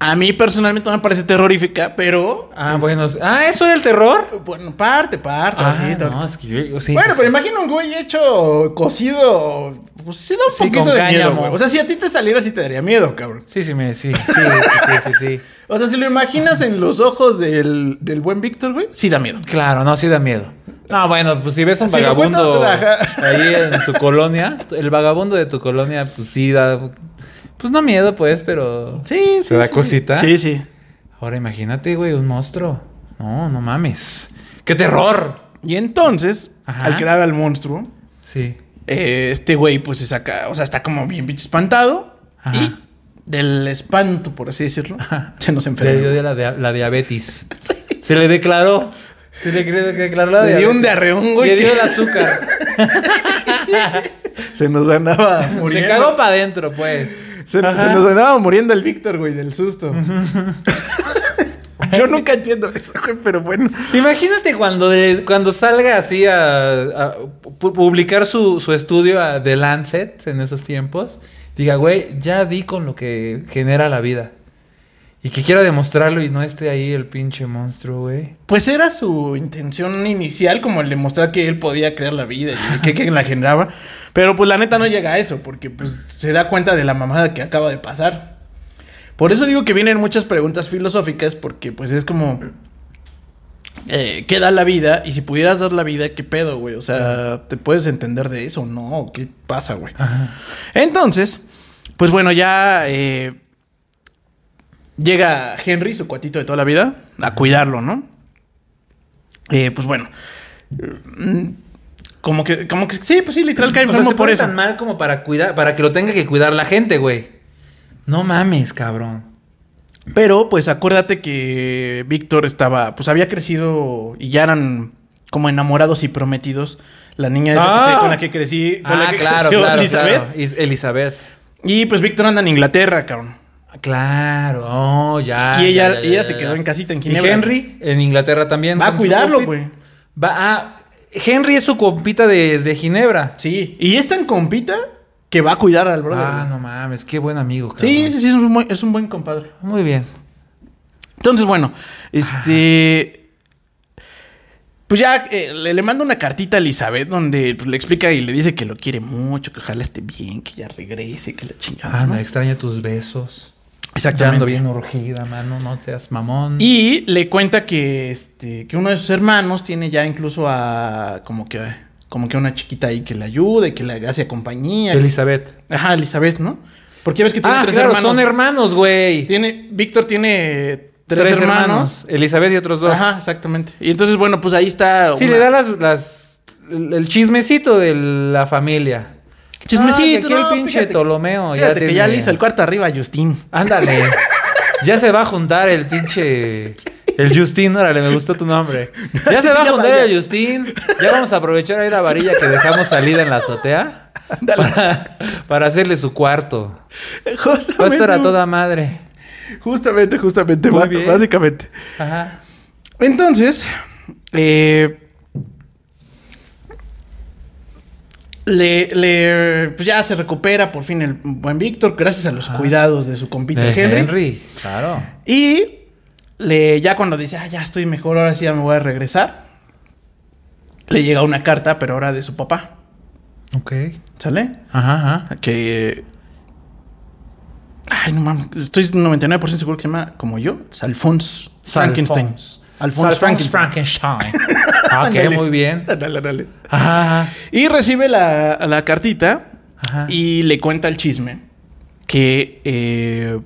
Speaker 1: A mí personalmente me parece terrorífica, pero.
Speaker 2: Ah, bueno. Ah, ¿eso era el terror?
Speaker 1: Bueno, parte, parte.
Speaker 2: Ah,
Speaker 1: ahorita,
Speaker 2: no, es que yo... sí,
Speaker 1: bueno, pero
Speaker 2: sí, sí.
Speaker 1: imagina un güey hecho cocido. Pues sí da un
Speaker 2: Sí,
Speaker 1: poquito
Speaker 2: con
Speaker 1: de miedo.
Speaker 2: cáñamo.
Speaker 1: güey. O sea, si a ti te saliera, sí te daría miedo, cabrón.
Speaker 2: Sí, sí, me, sí, sí, sí, sí, sí, sí.
Speaker 1: O sea, si lo imaginas en los ojos del, del buen Víctor, güey, sí da miedo.
Speaker 2: Claro, no, sí da miedo. No, bueno, pues si ves a un
Speaker 1: Si lo
Speaker 2: vagabundo
Speaker 1: cuentas, ajá.
Speaker 2: ahí en tu colonia, el vagabundo de tu colonia, pues sí da. Pues no miedo, pues, pero.
Speaker 1: Sí, sí.
Speaker 2: ¿Te da
Speaker 1: sí.
Speaker 2: cosita?
Speaker 1: Sí, sí.
Speaker 2: Ahora imagínate, güey, un monstruo. No, no mames. ¡Qué terror!
Speaker 1: Y entonces,
Speaker 2: Ajá.
Speaker 1: al crear al monstruo,
Speaker 2: Sí.
Speaker 1: eh, este güey, pues se saca, o sea, está como bien pinche espantado.
Speaker 2: Ajá.
Speaker 1: Y del espanto, por así decirlo,
Speaker 2: Ajá.
Speaker 1: se nos
Speaker 2: Le dio
Speaker 1: enfermó.
Speaker 2: de la, dia- la diabetes. Se le declaró. Se le cre- declaró la
Speaker 1: Le dio
Speaker 2: diabetes.
Speaker 1: un diarreón, güey,
Speaker 2: Le dio
Speaker 1: que-
Speaker 2: el azúcar.
Speaker 1: Se nos andaba
Speaker 2: Se
Speaker 1: muriendo.
Speaker 2: cagó para adentro, pues.
Speaker 1: Se,
Speaker 2: Ajá.
Speaker 1: se nos andaba muriendo el Víctor, güey, del susto. Yo nunca entiendo eso, güey, pero bueno.
Speaker 2: Imagínate cuando, de- cuando salga así a, a pu- publicar su, su estudio a The Lancet en esos tiempos. Diga, güey, ya di con lo que genera la vida. Y que quiera demostrarlo y no esté ahí el pinche monstruo, güey.
Speaker 1: Pues era su intención inicial, como el demostrar que él podía crear la vida y que, que la generaba. Pero pues la neta no llega a eso, porque pues se da cuenta de la mamada que acaba de pasar. Por eso digo que vienen muchas preguntas filosóficas, porque pues es como. eh, ¿Qué da la vida? Y si pudieras dar la vida, ¿qué pedo, güey? O sea, ¿te puedes entender de eso? No, ¿qué pasa, güey? Entonces, pues bueno, ya eh, llega Henry, su cuatito de toda la vida, a cuidarlo, ¿no? Eh, pues bueno. mm, Como que, como que, sí, pues sí, literal cae
Speaker 2: O sea,
Speaker 1: enfermo
Speaker 2: se
Speaker 1: por
Speaker 2: pone
Speaker 1: eso.
Speaker 2: tan mal como para cuidar, para que lo tenga que cuidar la gente, güey. No mames, cabrón.
Speaker 1: Pero, pues acuérdate que Víctor estaba, pues había crecido y ya eran como enamorados y prometidos. La niña esa que
Speaker 2: Ah.
Speaker 1: te- con la que crecí, con la
Speaker 2: Ah,
Speaker 1: que
Speaker 2: claro,
Speaker 1: creció
Speaker 2: claro,
Speaker 1: Elizabeth.
Speaker 2: claro. Is- Elizabeth.
Speaker 1: Y pues Víctor anda en Inglaterra, cabrón.
Speaker 2: Claro, oh, ya.
Speaker 1: Y ella-
Speaker 2: ya, ya,
Speaker 1: ella
Speaker 2: ya,
Speaker 1: se
Speaker 2: ya,
Speaker 1: quedó
Speaker 2: ya.
Speaker 1: en casita en Ginebra.
Speaker 2: Y Henry en Inglaterra también.
Speaker 1: Va a
Speaker 2: con su
Speaker 1: cuidarlo,
Speaker 2: compi-
Speaker 1: güey.
Speaker 2: Va a. Henry es su compita de, de Ginebra.
Speaker 1: Sí. Y es tan compita que va a cuidar al brother.
Speaker 2: ah,
Speaker 1: güey.
Speaker 2: no mames, qué buen amigo, cabrón.
Speaker 1: sí, sí, sí, es un, buen, es un buen compadre.
Speaker 2: Muy bien.
Speaker 1: Entonces, bueno, este. Pues ya eh, le, le manda una cartita a Elizabeth donde pues, le explica y le dice que lo quiere mucho, que ojalá esté bien, que ya regrese, que la chingada.
Speaker 2: Ah,
Speaker 1: ¿no?
Speaker 2: me extraña tus besos. Ya
Speaker 1: Exactamente.
Speaker 2: ando bien urgida, mano, no seas mamón.
Speaker 1: Y le cuenta que este que uno de sus hermanos tiene ya incluso a como que como que una chiquita ahí que le ayude, que le hace compañía. que-
Speaker 2: Elizabeth.
Speaker 1: Ajá, Elizabeth, ¿no? Porque ya ves que tiene
Speaker 2: Ah,
Speaker 1: tres
Speaker 2: claro,
Speaker 1: hermanos.
Speaker 2: son hermanos, güey.
Speaker 1: Tiene, Víctor tiene tres,
Speaker 2: Tres
Speaker 1: hermanos.
Speaker 2: hermanos. Elizabeth y otros dos.
Speaker 1: Ajá, exactamente. Y entonces, bueno, pues ahí está.
Speaker 2: Sí,
Speaker 1: una-
Speaker 2: le da las, las el el chismecito de la familia.
Speaker 1: Chismecito,
Speaker 2: Ah, que aquí
Speaker 1: no,
Speaker 2: el pinche
Speaker 1: fíjate-
Speaker 2: Ptolomeo ya
Speaker 1: Fíjate que ya
Speaker 2: tiene-
Speaker 1: le hizo el cuarto arriba a Justin.
Speaker 2: Ándale. ya se va a juntar el pinche. El Justin, órale, me gustó tu nombre. Ya
Speaker 1: Sí,
Speaker 2: se va
Speaker 1: ya
Speaker 2: a juntar
Speaker 1: vaya.
Speaker 2: el Justin. Ya vamos a aprovechar ahí la varilla que dejamos salida en la azotea. Para, para hacerle su cuarto.
Speaker 1: Justamente.
Speaker 2: Va a estar a toda madre.
Speaker 1: Justamente, justamente,
Speaker 2: Muy
Speaker 1: ba-
Speaker 2: bien.
Speaker 1: básicamente.
Speaker 2: Ajá.
Speaker 1: Entonces, eh, le, le- pues ya se recupera por fin el buen Víctor, gracias a los
Speaker 2: Ajá.
Speaker 1: cuidados de su compita
Speaker 2: De
Speaker 1: Henry.
Speaker 2: Henry, claro.
Speaker 1: Y le, ya cuando dice, ah, ya estoy mejor, ahora sí ya me voy a regresar, le llega una carta, pero ahora de su papá,
Speaker 2: Ok.
Speaker 1: ¿sale?
Speaker 2: Ajá, ajá.
Speaker 1: Que... eh, Ay, no mames, estoy 99% seguro que se llama, como yo, Salfons Frankenstein.
Speaker 2: Alphonse.
Speaker 1: Alphonse
Speaker 2: Alphonse
Speaker 1: Frankenstein.
Speaker 2: Frankenstein. Ah, ok,
Speaker 1: Ándale.
Speaker 2: muy bien.
Speaker 1: Ándale, ándale.
Speaker 2: Ajá, ajá.
Speaker 1: Y recibe la, la cartita
Speaker 2: Ajá.
Speaker 1: y le cuenta el chisme que, eh,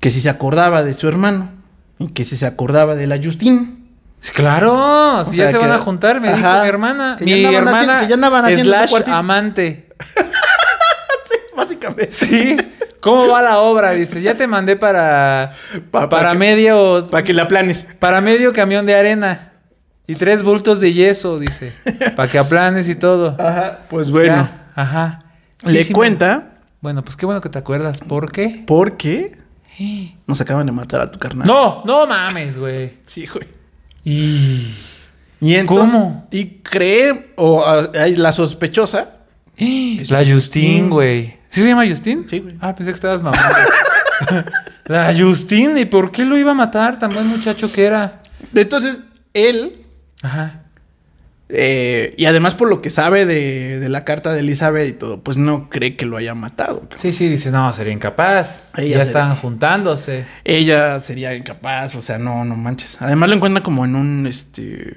Speaker 1: que si se acordaba de su hermano y que si se acordaba de la Justine.
Speaker 2: Claro, si
Speaker 1: sea,
Speaker 2: ya se van
Speaker 1: que-
Speaker 2: a juntar, me
Speaker 1: Ajá.
Speaker 2: dijo mi hermana.
Speaker 1: Que ya
Speaker 2: Mi
Speaker 1: andaban haciendo-
Speaker 2: hermana
Speaker 1: que ya andaban haciendo su
Speaker 2: slash
Speaker 1: cuartito.
Speaker 2: amante.
Speaker 1: Básicamente.
Speaker 2: Sí. ¿Cómo va la obra? Dice, ya te mandé para
Speaker 1: Pa-
Speaker 2: para,
Speaker 1: para que-
Speaker 2: medio
Speaker 1: Para que la planes.
Speaker 2: para medio camión de arena y tres bultos de yeso, dice, para que aplanes y todo.
Speaker 1: Ajá. Pues bueno.
Speaker 2: Ya, ajá. Sí,
Speaker 1: le
Speaker 2: sí,
Speaker 1: cuenta
Speaker 2: me- Bueno, pues qué bueno que te acuerdas, ¿por qué?
Speaker 1: porque nos acaban de matar a tu carnal.
Speaker 2: No, no mames, güey.
Speaker 1: Sí, güey.
Speaker 2: Y
Speaker 1: Y entonces,
Speaker 2: ¿Cómo?
Speaker 1: Y cree, o ah, hay la sospechosa.
Speaker 2: La Justin, güey. ¿Sí se llama Justin?
Speaker 1: Sí, güey.
Speaker 2: Ah, pensé que estabas mamando. la Justin, ¿y por qué lo iba a matar tan buen muchacho que era?
Speaker 1: Entonces, él
Speaker 2: Ajá.
Speaker 1: Eh, y además por lo que sabe de, de la carta de Elizabeth y todo, pues no cree que lo haya matado.
Speaker 2: Sí, sí, dice, no, sería incapaz.
Speaker 1: Ahí
Speaker 2: ya
Speaker 1: ya
Speaker 2: estaban juntándose.
Speaker 1: Ella sería incapaz, o sea, no, no manches. Además lo encuentra como en un, este,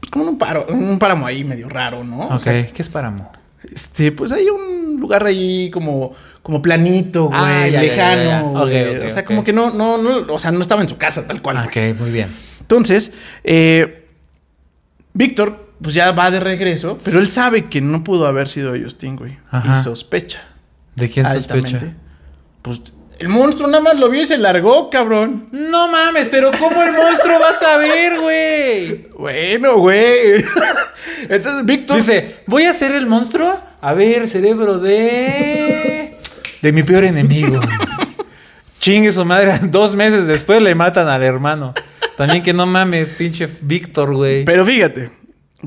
Speaker 1: pues como en un paro, en un páramo ahí medio raro, ¿no? O
Speaker 2: ok,
Speaker 1: sea,
Speaker 2: ¿qué es páramo?
Speaker 1: este, pues hay un lugar ahí como, como planito, güey,
Speaker 2: Ah, ya, ya,
Speaker 1: lejano,
Speaker 2: ya, ya. Ok,
Speaker 1: güey.
Speaker 2: ok,
Speaker 1: o sea,
Speaker 2: ok.
Speaker 1: como que no, no, no, o sea, no estaba en su casa tal cual. güey.
Speaker 2: Ok, muy bien.
Speaker 1: Entonces, eh, Víctor, pues ya va de regreso, pero él sabe que no pudo haber sido Justin, güey,
Speaker 2: Ajá.
Speaker 1: y sospecha.
Speaker 2: ¿De quién sospecha?
Speaker 1: altamente. Pues el monstruo nada más lo vio y se largó, cabrón.
Speaker 2: No mames, pero ¿cómo el monstruo va a saber, güey?
Speaker 1: Bueno, güey. Entonces, Víctor.
Speaker 2: Dice, voy a ser el monstruo. A ver, cerebro de. De mi peor enemigo. Chingue su madre. Dos meses después le matan al hermano. También que no mames, pinche Víctor, güey.
Speaker 1: Pero fíjate,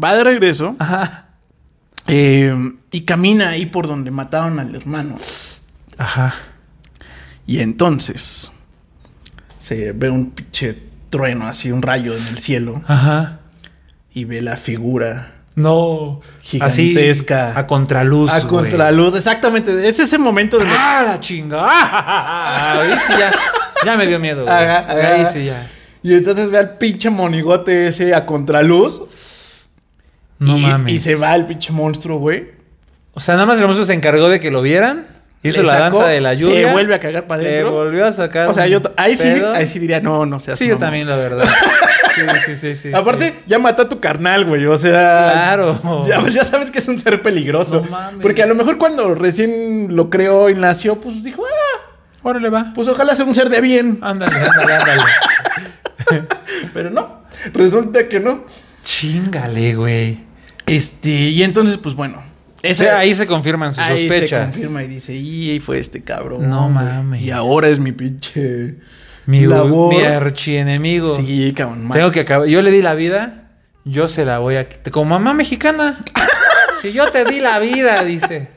Speaker 1: va de regreso
Speaker 2: Ajá.
Speaker 1: eh, y camina ahí por donde mataron al hermano.
Speaker 2: Ajá.
Speaker 1: Y entonces se ve un pinche trueno, así un rayo en el cielo
Speaker 2: Ajá.
Speaker 1: y ve la figura.
Speaker 2: No.
Speaker 1: Gigantesca.
Speaker 2: Así, a contraluz.
Speaker 1: a
Speaker 2: güey.
Speaker 1: contraluz, exactamente. Es ese momento donde.
Speaker 2: ¡Ah, la chinga! Ah, Ahí sí ya. Ya me dio miedo. güey.
Speaker 1: Ajá, ajá.
Speaker 2: Ahí sí ya.
Speaker 1: Y entonces ve al pinche monigote ese a contraluz.
Speaker 2: No
Speaker 1: y,
Speaker 2: mames.
Speaker 1: Y se va el pinche monstruo, güey.
Speaker 2: O sea, nada más el monstruo se encargó de que lo vieran. Hizo
Speaker 1: Le
Speaker 2: la
Speaker 1: sacó,
Speaker 2: danza de la lluvia.
Speaker 1: Se vuelve a cagar para
Speaker 2: Le
Speaker 1: adentro.
Speaker 2: volvió a sacar.
Speaker 1: O sea, yo
Speaker 2: un
Speaker 1: t- ahí sí,
Speaker 2: pedo.
Speaker 1: ahí sí diría, no, no seas
Speaker 2: Sí, yo
Speaker 1: mamón.
Speaker 2: también, la verdad. Sí, sí, sí, sí.
Speaker 1: Aparte,
Speaker 2: sí.
Speaker 1: ya mata a tu carnal, güey. O sea.
Speaker 2: Claro.
Speaker 1: Ya, pues, ya sabes que es un ser peligroso.
Speaker 2: No mames.
Speaker 1: Porque a lo mejor cuando recién lo creó y nació, pues dijo, ah,
Speaker 2: Órale, va.
Speaker 1: pues ojalá sea un ser de bien.
Speaker 2: Ándale, ándale, ándale.
Speaker 1: Pero no. Resulta que no.
Speaker 2: Chingale, güey.
Speaker 1: Este, y entonces, pues bueno.
Speaker 2: O
Speaker 1: Ese,
Speaker 2: sea, ahí se confirman sus
Speaker 1: ahí se
Speaker 2: sospechas.
Speaker 1: confirma y dice, y fue este cabrón.
Speaker 2: No
Speaker 1: güey.
Speaker 2: mames.
Speaker 1: Y ahora es mi pinche.
Speaker 2: Mi,
Speaker 1: labor.
Speaker 2: mi archienemigo.
Speaker 1: Sí, cabrón.
Speaker 2: Tengo que acabar. Yo le di la vida, yo se la voy a quitar. Como mamá mexicana. si yo te di la vida, dice.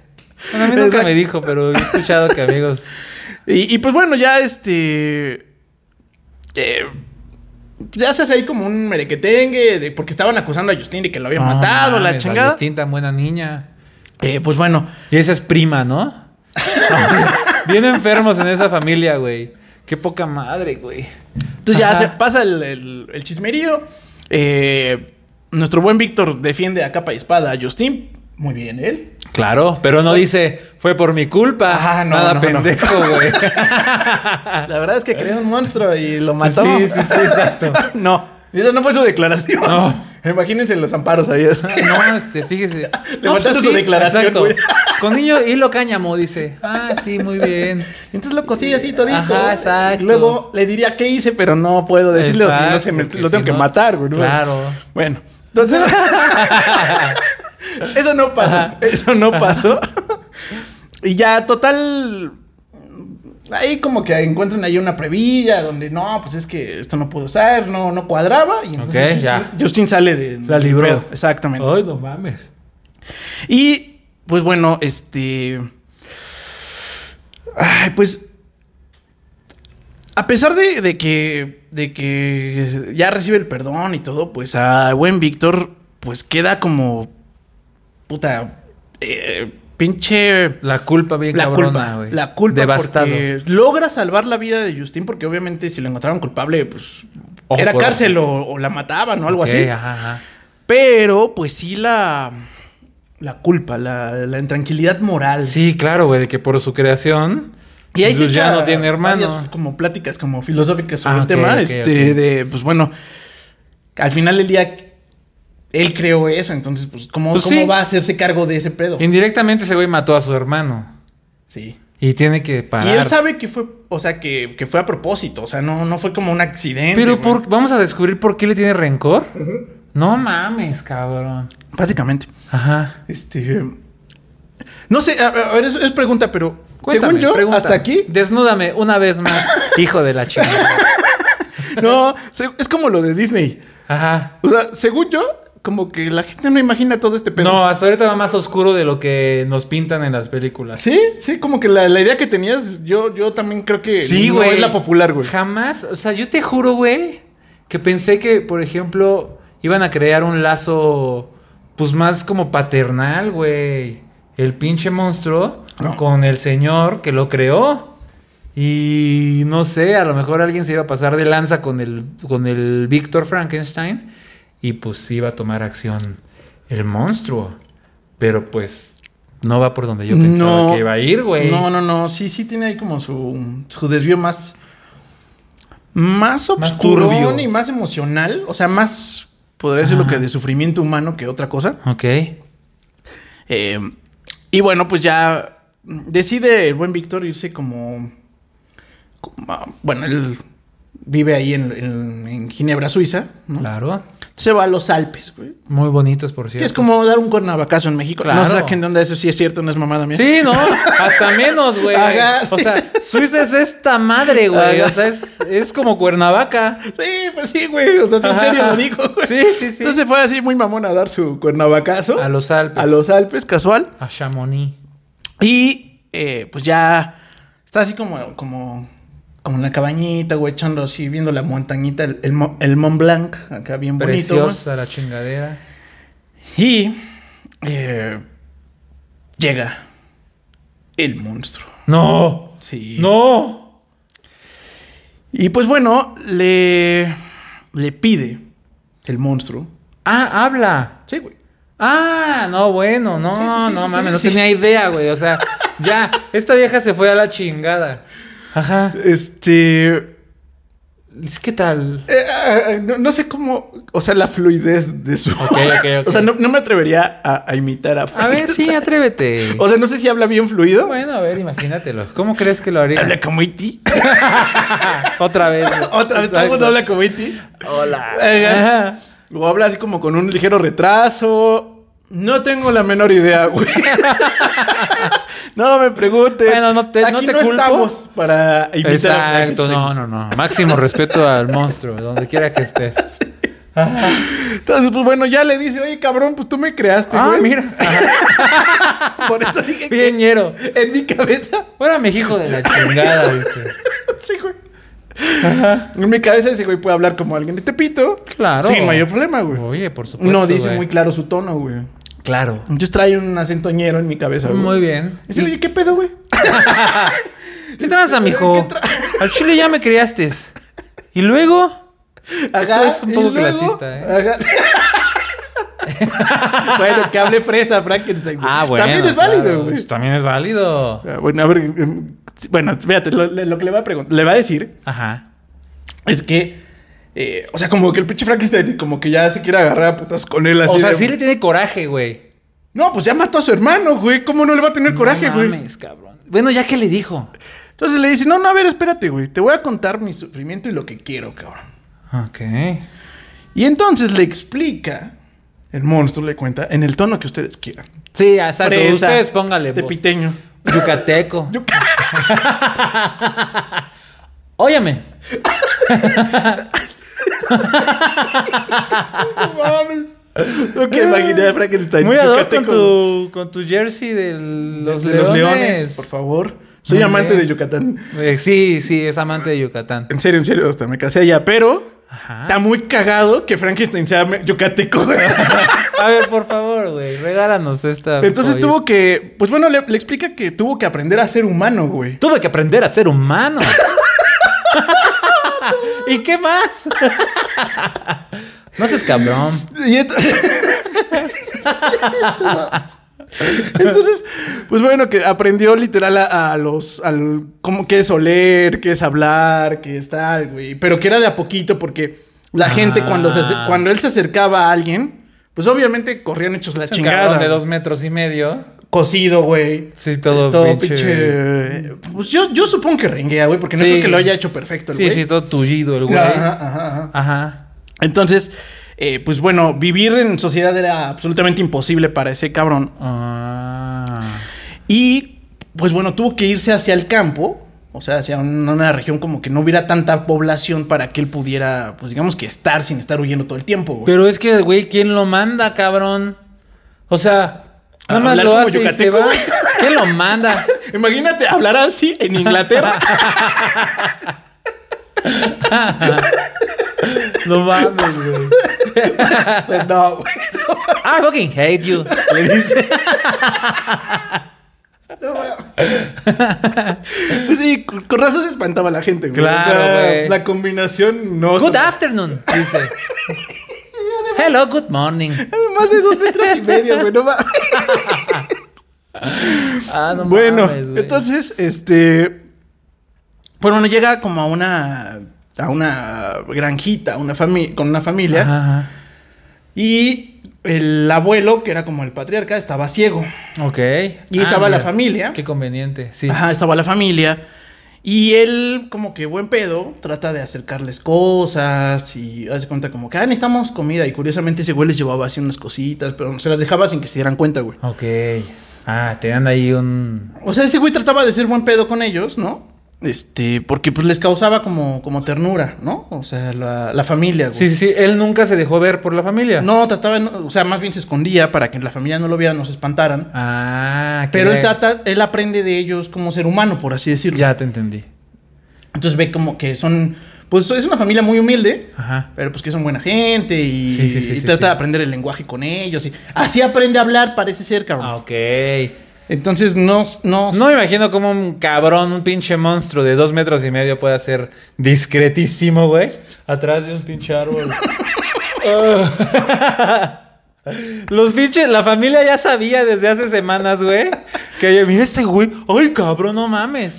Speaker 2: Bueno, a mí nunca
Speaker 1: Exacto.
Speaker 2: me dijo, pero he escuchado que amigos.
Speaker 1: Y, y, pues bueno, ya este. eh, ya se hace ahí como un merequetengue, de, porque estaban acusando a Justin de que lo había
Speaker 2: No
Speaker 1: matado, la
Speaker 2: mames,
Speaker 1: chingada.
Speaker 2: Valentín, tan buena niña.
Speaker 1: Eh, pues bueno,
Speaker 2: Y esa es prima, ¿no? Bien enfermos en esa familia, güey. Qué poca madre, güey.
Speaker 1: entonces
Speaker 2: Ajá.
Speaker 1: ya se pasa el, el- el chismerío. Eh, nuestro buen Víctor defiende a capa y espada a Justin. Muy bien, él.
Speaker 2: Claro, pero no dice, fue por mi culpa.
Speaker 1: Ajá, no,
Speaker 2: Nada
Speaker 1: no, no.
Speaker 2: pendejo, güey.
Speaker 1: La verdad es que creó un monstruo y lo mató.
Speaker 2: Ah. sí, sí, sí, exacto.
Speaker 1: no, esa no fue su declaración.
Speaker 2: No.
Speaker 1: Imagínense los amparos ahí.
Speaker 2: No, este, fíjese.
Speaker 1: Le mandaste tu declaración, güey.
Speaker 2: Con niño hilo cáñamo, dice. Ah, sí, muy bien.
Speaker 1: Entonces lo cosí así todito.
Speaker 2: Ajá, exacto.
Speaker 1: Luego le diría qué hice, pero no puedo decirle o si no se me-
Speaker 2: Exacto, porque
Speaker 1: lo tengo
Speaker 2: si
Speaker 1: que
Speaker 2: no-
Speaker 1: matar, güey. ¿no?
Speaker 2: Claro.
Speaker 1: Bueno, entonces. eso no pasó. Eso no pasó. y ya, total. Ahí como que encuentran ahí una previlla donde no, pues es que esto no pudo ser, no, no cuadraba. Y entonces
Speaker 2: Ok, ya.
Speaker 1: Justin, Justin sale de.
Speaker 2: La libró.
Speaker 1: del pedo. Exactamente.
Speaker 2: no mames.
Speaker 1: Y Pues bueno, este. Ay, pues. A pesar de, de que. de que ya recibe el perdón y todo, pues a buen Víctor, pues queda como. Puta. eh, pinche.
Speaker 2: La culpa bien
Speaker 1: La
Speaker 2: cabrona,
Speaker 1: culpa,
Speaker 2: güey.
Speaker 1: la culpa
Speaker 2: Devastado.
Speaker 1: porque logra salvar la vida de Justin porque obviamente si lo encontraron culpable, pues
Speaker 2: Ojo
Speaker 1: era
Speaker 2: por ojo.
Speaker 1: cárcel o, o la mataban o algo
Speaker 2: Ok,
Speaker 1: así.
Speaker 2: ajá, ajá.
Speaker 1: Pero pues sí la la culpa, la, la intranquilidad moral.
Speaker 2: Sí, claro, güey, de que por su creación.
Speaker 1: Y ahí sí
Speaker 2: Jesús ya
Speaker 1: está
Speaker 2: no tiene hermano.
Speaker 1: varias como pláticas como filosóficas sobre
Speaker 2: Ah,
Speaker 1: el
Speaker 2: ok,
Speaker 1: tema,
Speaker 2: ok,
Speaker 1: este
Speaker 2: ok.
Speaker 1: de pues bueno, al final del día él creó eso, entonces pues cómo,
Speaker 2: Pues
Speaker 1: cómo
Speaker 2: sí.
Speaker 1: va a hacerse cargo de ese pedo.
Speaker 2: Indirectamente ese güey mató a su hermano.
Speaker 1: sí.
Speaker 2: Y tiene que
Speaker 1: Y
Speaker 2: parar.
Speaker 1: él sabe que fue, o sea, que, que fue a propósito, o sea, no, no fue como un accidente.
Speaker 2: Pero
Speaker 1: güey.
Speaker 2: por- vamos a descubrir por qué le tiene rencor. No mames, cabrón.
Speaker 1: Básicamente.
Speaker 2: Ajá.
Speaker 1: Este. No sé, a, a ver, es, es pregunta, pero.
Speaker 2: Cuéntame,
Speaker 1: según yo,
Speaker 2: pregúntame.
Speaker 1: hasta aquí.
Speaker 2: Desnúdame una vez más, hijo de la chingada.
Speaker 1: No, se- es como lo de Disney.
Speaker 2: Ajá.
Speaker 1: O sea, según yo, como que la gente no imagina todo este pedo.
Speaker 2: No, hasta ahorita va más oscuro de lo que nos pintan en las películas.
Speaker 1: Sí, sí, como que la, la idea que tenías, yo, yo también creo que no es la popular, güey.
Speaker 2: Jamás, o sea, yo te juro, güey, que pensé que, por ejemplo, iban a crear un lazo, pues más como paternal, güey. El pinche monstruo
Speaker 1: No.
Speaker 2: con el señor que lo creó. Y no sé, a lo mejor alguien se iba a pasar de lanza con el, con el Víctor Frankenstein y pues iba a tomar acción el monstruo. Pero pues no va por donde yo pensaba que iba a ir, güey.
Speaker 1: No, no, no. Sí, sí tiene ahí como su, su desvío más. Más
Speaker 2: Más
Speaker 1: obscuro
Speaker 2: turbio.
Speaker 1: y más emocional. O sea, más. Podría decir lo que de sufrimiento humano que otra cosa.
Speaker 2: Ok.
Speaker 1: Eh, y bueno, pues ya decide el buen Víctor irse como, como a- Bueno, él vive ahí en, en- en Ginebra, Suiza, ¿no?
Speaker 2: Claro.
Speaker 1: Se va a los Alpes, güey.
Speaker 2: Muy bonitos, por
Speaker 1: Que
Speaker 2: cierto.
Speaker 1: es como dar un cuernavacazo en México. No
Speaker 2: Claro.
Speaker 1: se saquen de onda, eso sí es cierto, no es mamada mía.
Speaker 2: Sí, ¿no? Hasta menos, güey.
Speaker 1: Ajá,
Speaker 2: O
Speaker 1: sí.
Speaker 2: sea, Suiza es esta madre, güey.
Speaker 1: Ajá.
Speaker 2: O sea, es, es como Cuernavaca.
Speaker 1: Sí, pues sí, güey. O sea, sí, en
Speaker 2: Ajá.
Speaker 1: serio lo digo, güey.
Speaker 2: Sí, sí, sí.
Speaker 1: Entonces fue así muy mamón a dar su cuernavacazo.
Speaker 2: A los Alpes.
Speaker 1: A los Alpes, casual.
Speaker 2: A Chamonix.
Speaker 1: Y eh, pues ya está así como, como, como en la cabañita, güey, echando así, viendo la montañita, el, el Mo- el Mont Blanc, acá bien bonito. güey.
Speaker 2: Preciosa la chingadera.
Speaker 1: Y eh, llega el monstruo.
Speaker 2: ¡No!
Speaker 1: Sí.
Speaker 2: ¡No!
Speaker 1: Y pues bueno, le, le pide el monstruo.
Speaker 2: Ah, habla.
Speaker 1: Sí, güey.
Speaker 2: Ah, no, bueno, no,
Speaker 1: Sí, sí, sí,
Speaker 2: no
Speaker 1: sí,
Speaker 2: mames,
Speaker 1: sí,
Speaker 2: no
Speaker 1: sí.
Speaker 2: tenía idea, güey. O sea, ya, esta vieja se fue a la chingada. Ajá.
Speaker 1: Este.
Speaker 2: Es que tal.
Speaker 1: Eh, eh, eh, no, no sé cómo, o sea, la fluidez de su.
Speaker 2: ok, ok.
Speaker 1: O sea, no, no me atrevería a, a imitar a
Speaker 2: A
Speaker 1: Frank.
Speaker 2: ver, sí, atrévete.
Speaker 1: O sea, no sé si habla bien fluido.
Speaker 2: Bueno, a ver, imagínatelo. ¿Cómo crees que lo haría?
Speaker 1: Habla como E Iti.
Speaker 2: Otra vez.
Speaker 1: Otra vez, todo el mundo habla como E Iti. Hola.
Speaker 2: Ajá.
Speaker 1: eh. O habla así como con un ligero retraso. No tengo la menor idea, güey. no me preguntes.
Speaker 2: Bueno, no te-
Speaker 1: Aquí
Speaker 2: no te culpo.
Speaker 1: estamos para imitar
Speaker 2: Exacto,
Speaker 1: a Frank.
Speaker 2: no, no, no. Máximo respeto al monstruo, donde quiera que estés.
Speaker 1: Entonces, pues bueno, ya le dice, oye, cabrón, pues tú me creaste,
Speaker 2: Ah,
Speaker 1: güey.
Speaker 2: mira.
Speaker 1: Por eso dije que
Speaker 2: Bien ñero.
Speaker 1: en mi cabeza.
Speaker 2: Ahora mi hijo de la chingada, dice.
Speaker 1: Sí, güey. En mi cabeza ese güey puede hablar como alguien de Tepito.
Speaker 2: Claro.
Speaker 1: Sin mayor problema, güey.
Speaker 2: Oye, por supuesto.
Speaker 1: No dice
Speaker 2: güey.
Speaker 1: muy claro su tono, güey.
Speaker 2: claro.
Speaker 1: Entonces trae un acentoñero en mi cabeza, güey.
Speaker 2: Muy bien.
Speaker 1: Dice, oye, ¿qué pedo, güey?
Speaker 2: ¿Qué tranza, mijo? Al chile ya me criaste. Y luego.
Speaker 1: Ajá,
Speaker 2: es un
Speaker 1: y
Speaker 2: poco
Speaker 1: luego-
Speaker 2: clasista, ¿eh?
Speaker 1: Ajá. bueno, que hable fresa, Frankenstein. güey. También es válido,
Speaker 2: Ah, claro.
Speaker 1: güey.
Speaker 2: Pues También es válido.
Speaker 1: Ah, Bueno, a ver. em, sí, Bueno, fíjate, lo, lo que le va a preguntar, le va a decir
Speaker 2: Ajá.
Speaker 1: es que. eh, o sea, como que el pinche Frankenstein, como que ya se quiere agarrar a putas con él así.
Speaker 2: o sea,
Speaker 1: de-
Speaker 2: sí le tiene coraje, güey.
Speaker 1: No, pues ya mató a su hermano, güey. ¿Cómo no le va a tener coraje,
Speaker 2: No
Speaker 1: güey?
Speaker 2: mames, cabrón. Bueno, ya que le dijo.
Speaker 1: Entonces le dice, no, no, a ver, espérate, güey. Te voy a contar mi sufrimiento y lo que quiero, cabrón.
Speaker 2: Ok.
Speaker 1: Y entonces le explica, el monstruo le cuenta, en el tono que ustedes quieran.
Speaker 2: Sí, exacto.
Speaker 1: Fresa,
Speaker 2: Ustedes póngale. voz.
Speaker 1: Tepiteño.
Speaker 2: Yucateco.
Speaker 1: Yo-
Speaker 2: Óyeme.
Speaker 1: No mames.
Speaker 3: Nunca imaginé a Frankenstein.
Speaker 2: Muy ad hoc con
Speaker 3: yucateco.
Speaker 2: tu, con tu jersey de los,
Speaker 1: de
Speaker 2: leones.
Speaker 1: los leones, por favor. Soy
Speaker 2: Muy
Speaker 1: amante
Speaker 2: bien.
Speaker 1: de Yucatán.
Speaker 2: Eh, sí, sí, es amante de Yucatán.
Speaker 1: En serio, en serio, hasta me casé allá, pero
Speaker 2: Ajá.
Speaker 1: está muy cagado que Frankenstein sea me- yucateco.
Speaker 2: A ver, por favor, güey, regálanos esta.
Speaker 1: Entonces
Speaker 2: joya.
Speaker 1: tuvo que, pues bueno, le, le explica que tuvo que aprender a ser humano, güey.
Speaker 2: Tuve que aprender a ser humano. ¿Y qué más? no seas cabrón.
Speaker 1: Y ent- Entonces, pues bueno, que aprendió literal a, a los, al, cómo que es oler, qué es hablar, qué es tal, güey. Pero que era de a poquito porque la gente cuando, se, ace-
Speaker 2: Ah.
Speaker 1: cuando él se acercaba a alguien, pues obviamente corrían hechos la
Speaker 2: Es un cabrón
Speaker 1: chingada.
Speaker 2: de dos metros y medio.
Speaker 1: Cocido, güey.
Speaker 2: Sí, todo,
Speaker 1: Todo
Speaker 2: pinche-
Speaker 1: pinche- Pues yo, yo supongo que renguea, güey, porque no
Speaker 2: Sí.
Speaker 1: creo que lo haya hecho perfecto el
Speaker 2: Sí,
Speaker 1: güey.
Speaker 2: sí, todo tullido el güey.
Speaker 1: Ajá,
Speaker 2: Ajá.
Speaker 1: ajá, ajá. Entonces, eh, pues bueno, vivir en sociedad era absolutamente imposible para ese cabrón.
Speaker 2: Ah.
Speaker 1: Y, pues bueno, tuvo que irse hacia el campo, o sea, hacia un- una región como que no hubiera tanta población para que él pudiera, pues digamos que estar sin estar huyendo todo el tiempo, güey.
Speaker 2: Pero es que, güey, ¿quién lo manda, cabrón? O sea,
Speaker 1: A
Speaker 2: nada más
Speaker 1: hablar
Speaker 2: lo
Speaker 1: como
Speaker 2: hace y se
Speaker 1: yucateco,
Speaker 2: va.
Speaker 1: güey.
Speaker 2: ¿Quién lo manda?
Speaker 1: Imagínate hablar así en Inglaterra.
Speaker 2: No mames, güey.
Speaker 1: Pues no, güey.
Speaker 2: I fucking hate you. Le dice.
Speaker 1: Pues sí, con con razón se espantaba la gente, güey.
Speaker 2: Claro, güey.
Speaker 1: La combinación Pues no.
Speaker 2: Good afternoon, dice. Hello, good morning.
Speaker 1: Más de dos metros y medio, güey, no mames.
Speaker 2: Ah, no
Speaker 1: bueno,
Speaker 2: mames, güey.
Speaker 1: entonces, este. Pues bueno, llega como a una. a una granjita, una fami- con una familia.
Speaker 2: Ajá,
Speaker 1: Y el abuelo, que era como el patriarca, estaba ciego.
Speaker 2: ajá. Ok.
Speaker 1: Y
Speaker 2: Ah,
Speaker 1: estaba la
Speaker 2: mira.
Speaker 1: familia.
Speaker 2: Qué conveniente, sí.
Speaker 1: Ajá, estaba la familia. Y él, como que buen pedo, trata de acercarles cosas y hace cuenta como que, ah, necesitamos comida. Y curiosamente ese güey les llevaba así unas cositas, pero se las dejaba sin que se dieran cuenta, güey.
Speaker 2: Ok. Ah, te dan ahí un.
Speaker 1: O sea, ese güey trataba de ser buen pedo con ellos, ¿no? Este, porque pues les causaba como, como ternura, ¿no? O sea, la, la familia, güey.
Speaker 2: Sí, sí, sí. Él nunca se dejó ver por la familia.
Speaker 1: No, trataba, de no- o sea, más bien se escondía para que la familia no lo viera, no se espantaran.
Speaker 2: Ah, que
Speaker 1: Pero
Speaker 2: ya-
Speaker 1: él trata, él aprende de ellos como ser humano, por así decirlo.
Speaker 2: Ya te entendí.
Speaker 1: Entonces ve como que son, pues es una familia muy humilde,
Speaker 2: Ajá.
Speaker 1: pero pues que son buena gente y,
Speaker 2: Sí, sí, sí,
Speaker 1: y
Speaker 2: sí,
Speaker 1: trata
Speaker 2: sí.
Speaker 1: de aprender el lenguaje con ellos. Y así aprende a hablar, parece ser, cabrón.
Speaker 2: Ah, ok.
Speaker 1: Entonces no, no,
Speaker 2: No me imagino como un cabrón, un pinche monstruo de dos metros y medio pueda ser discretísimo, güey. Atrás de un pinche árbol. Ah. Los pinches, la familia ya sabía desde hace semanas, güey. Que yo, mira este güey. Ay, cabrón, no mames.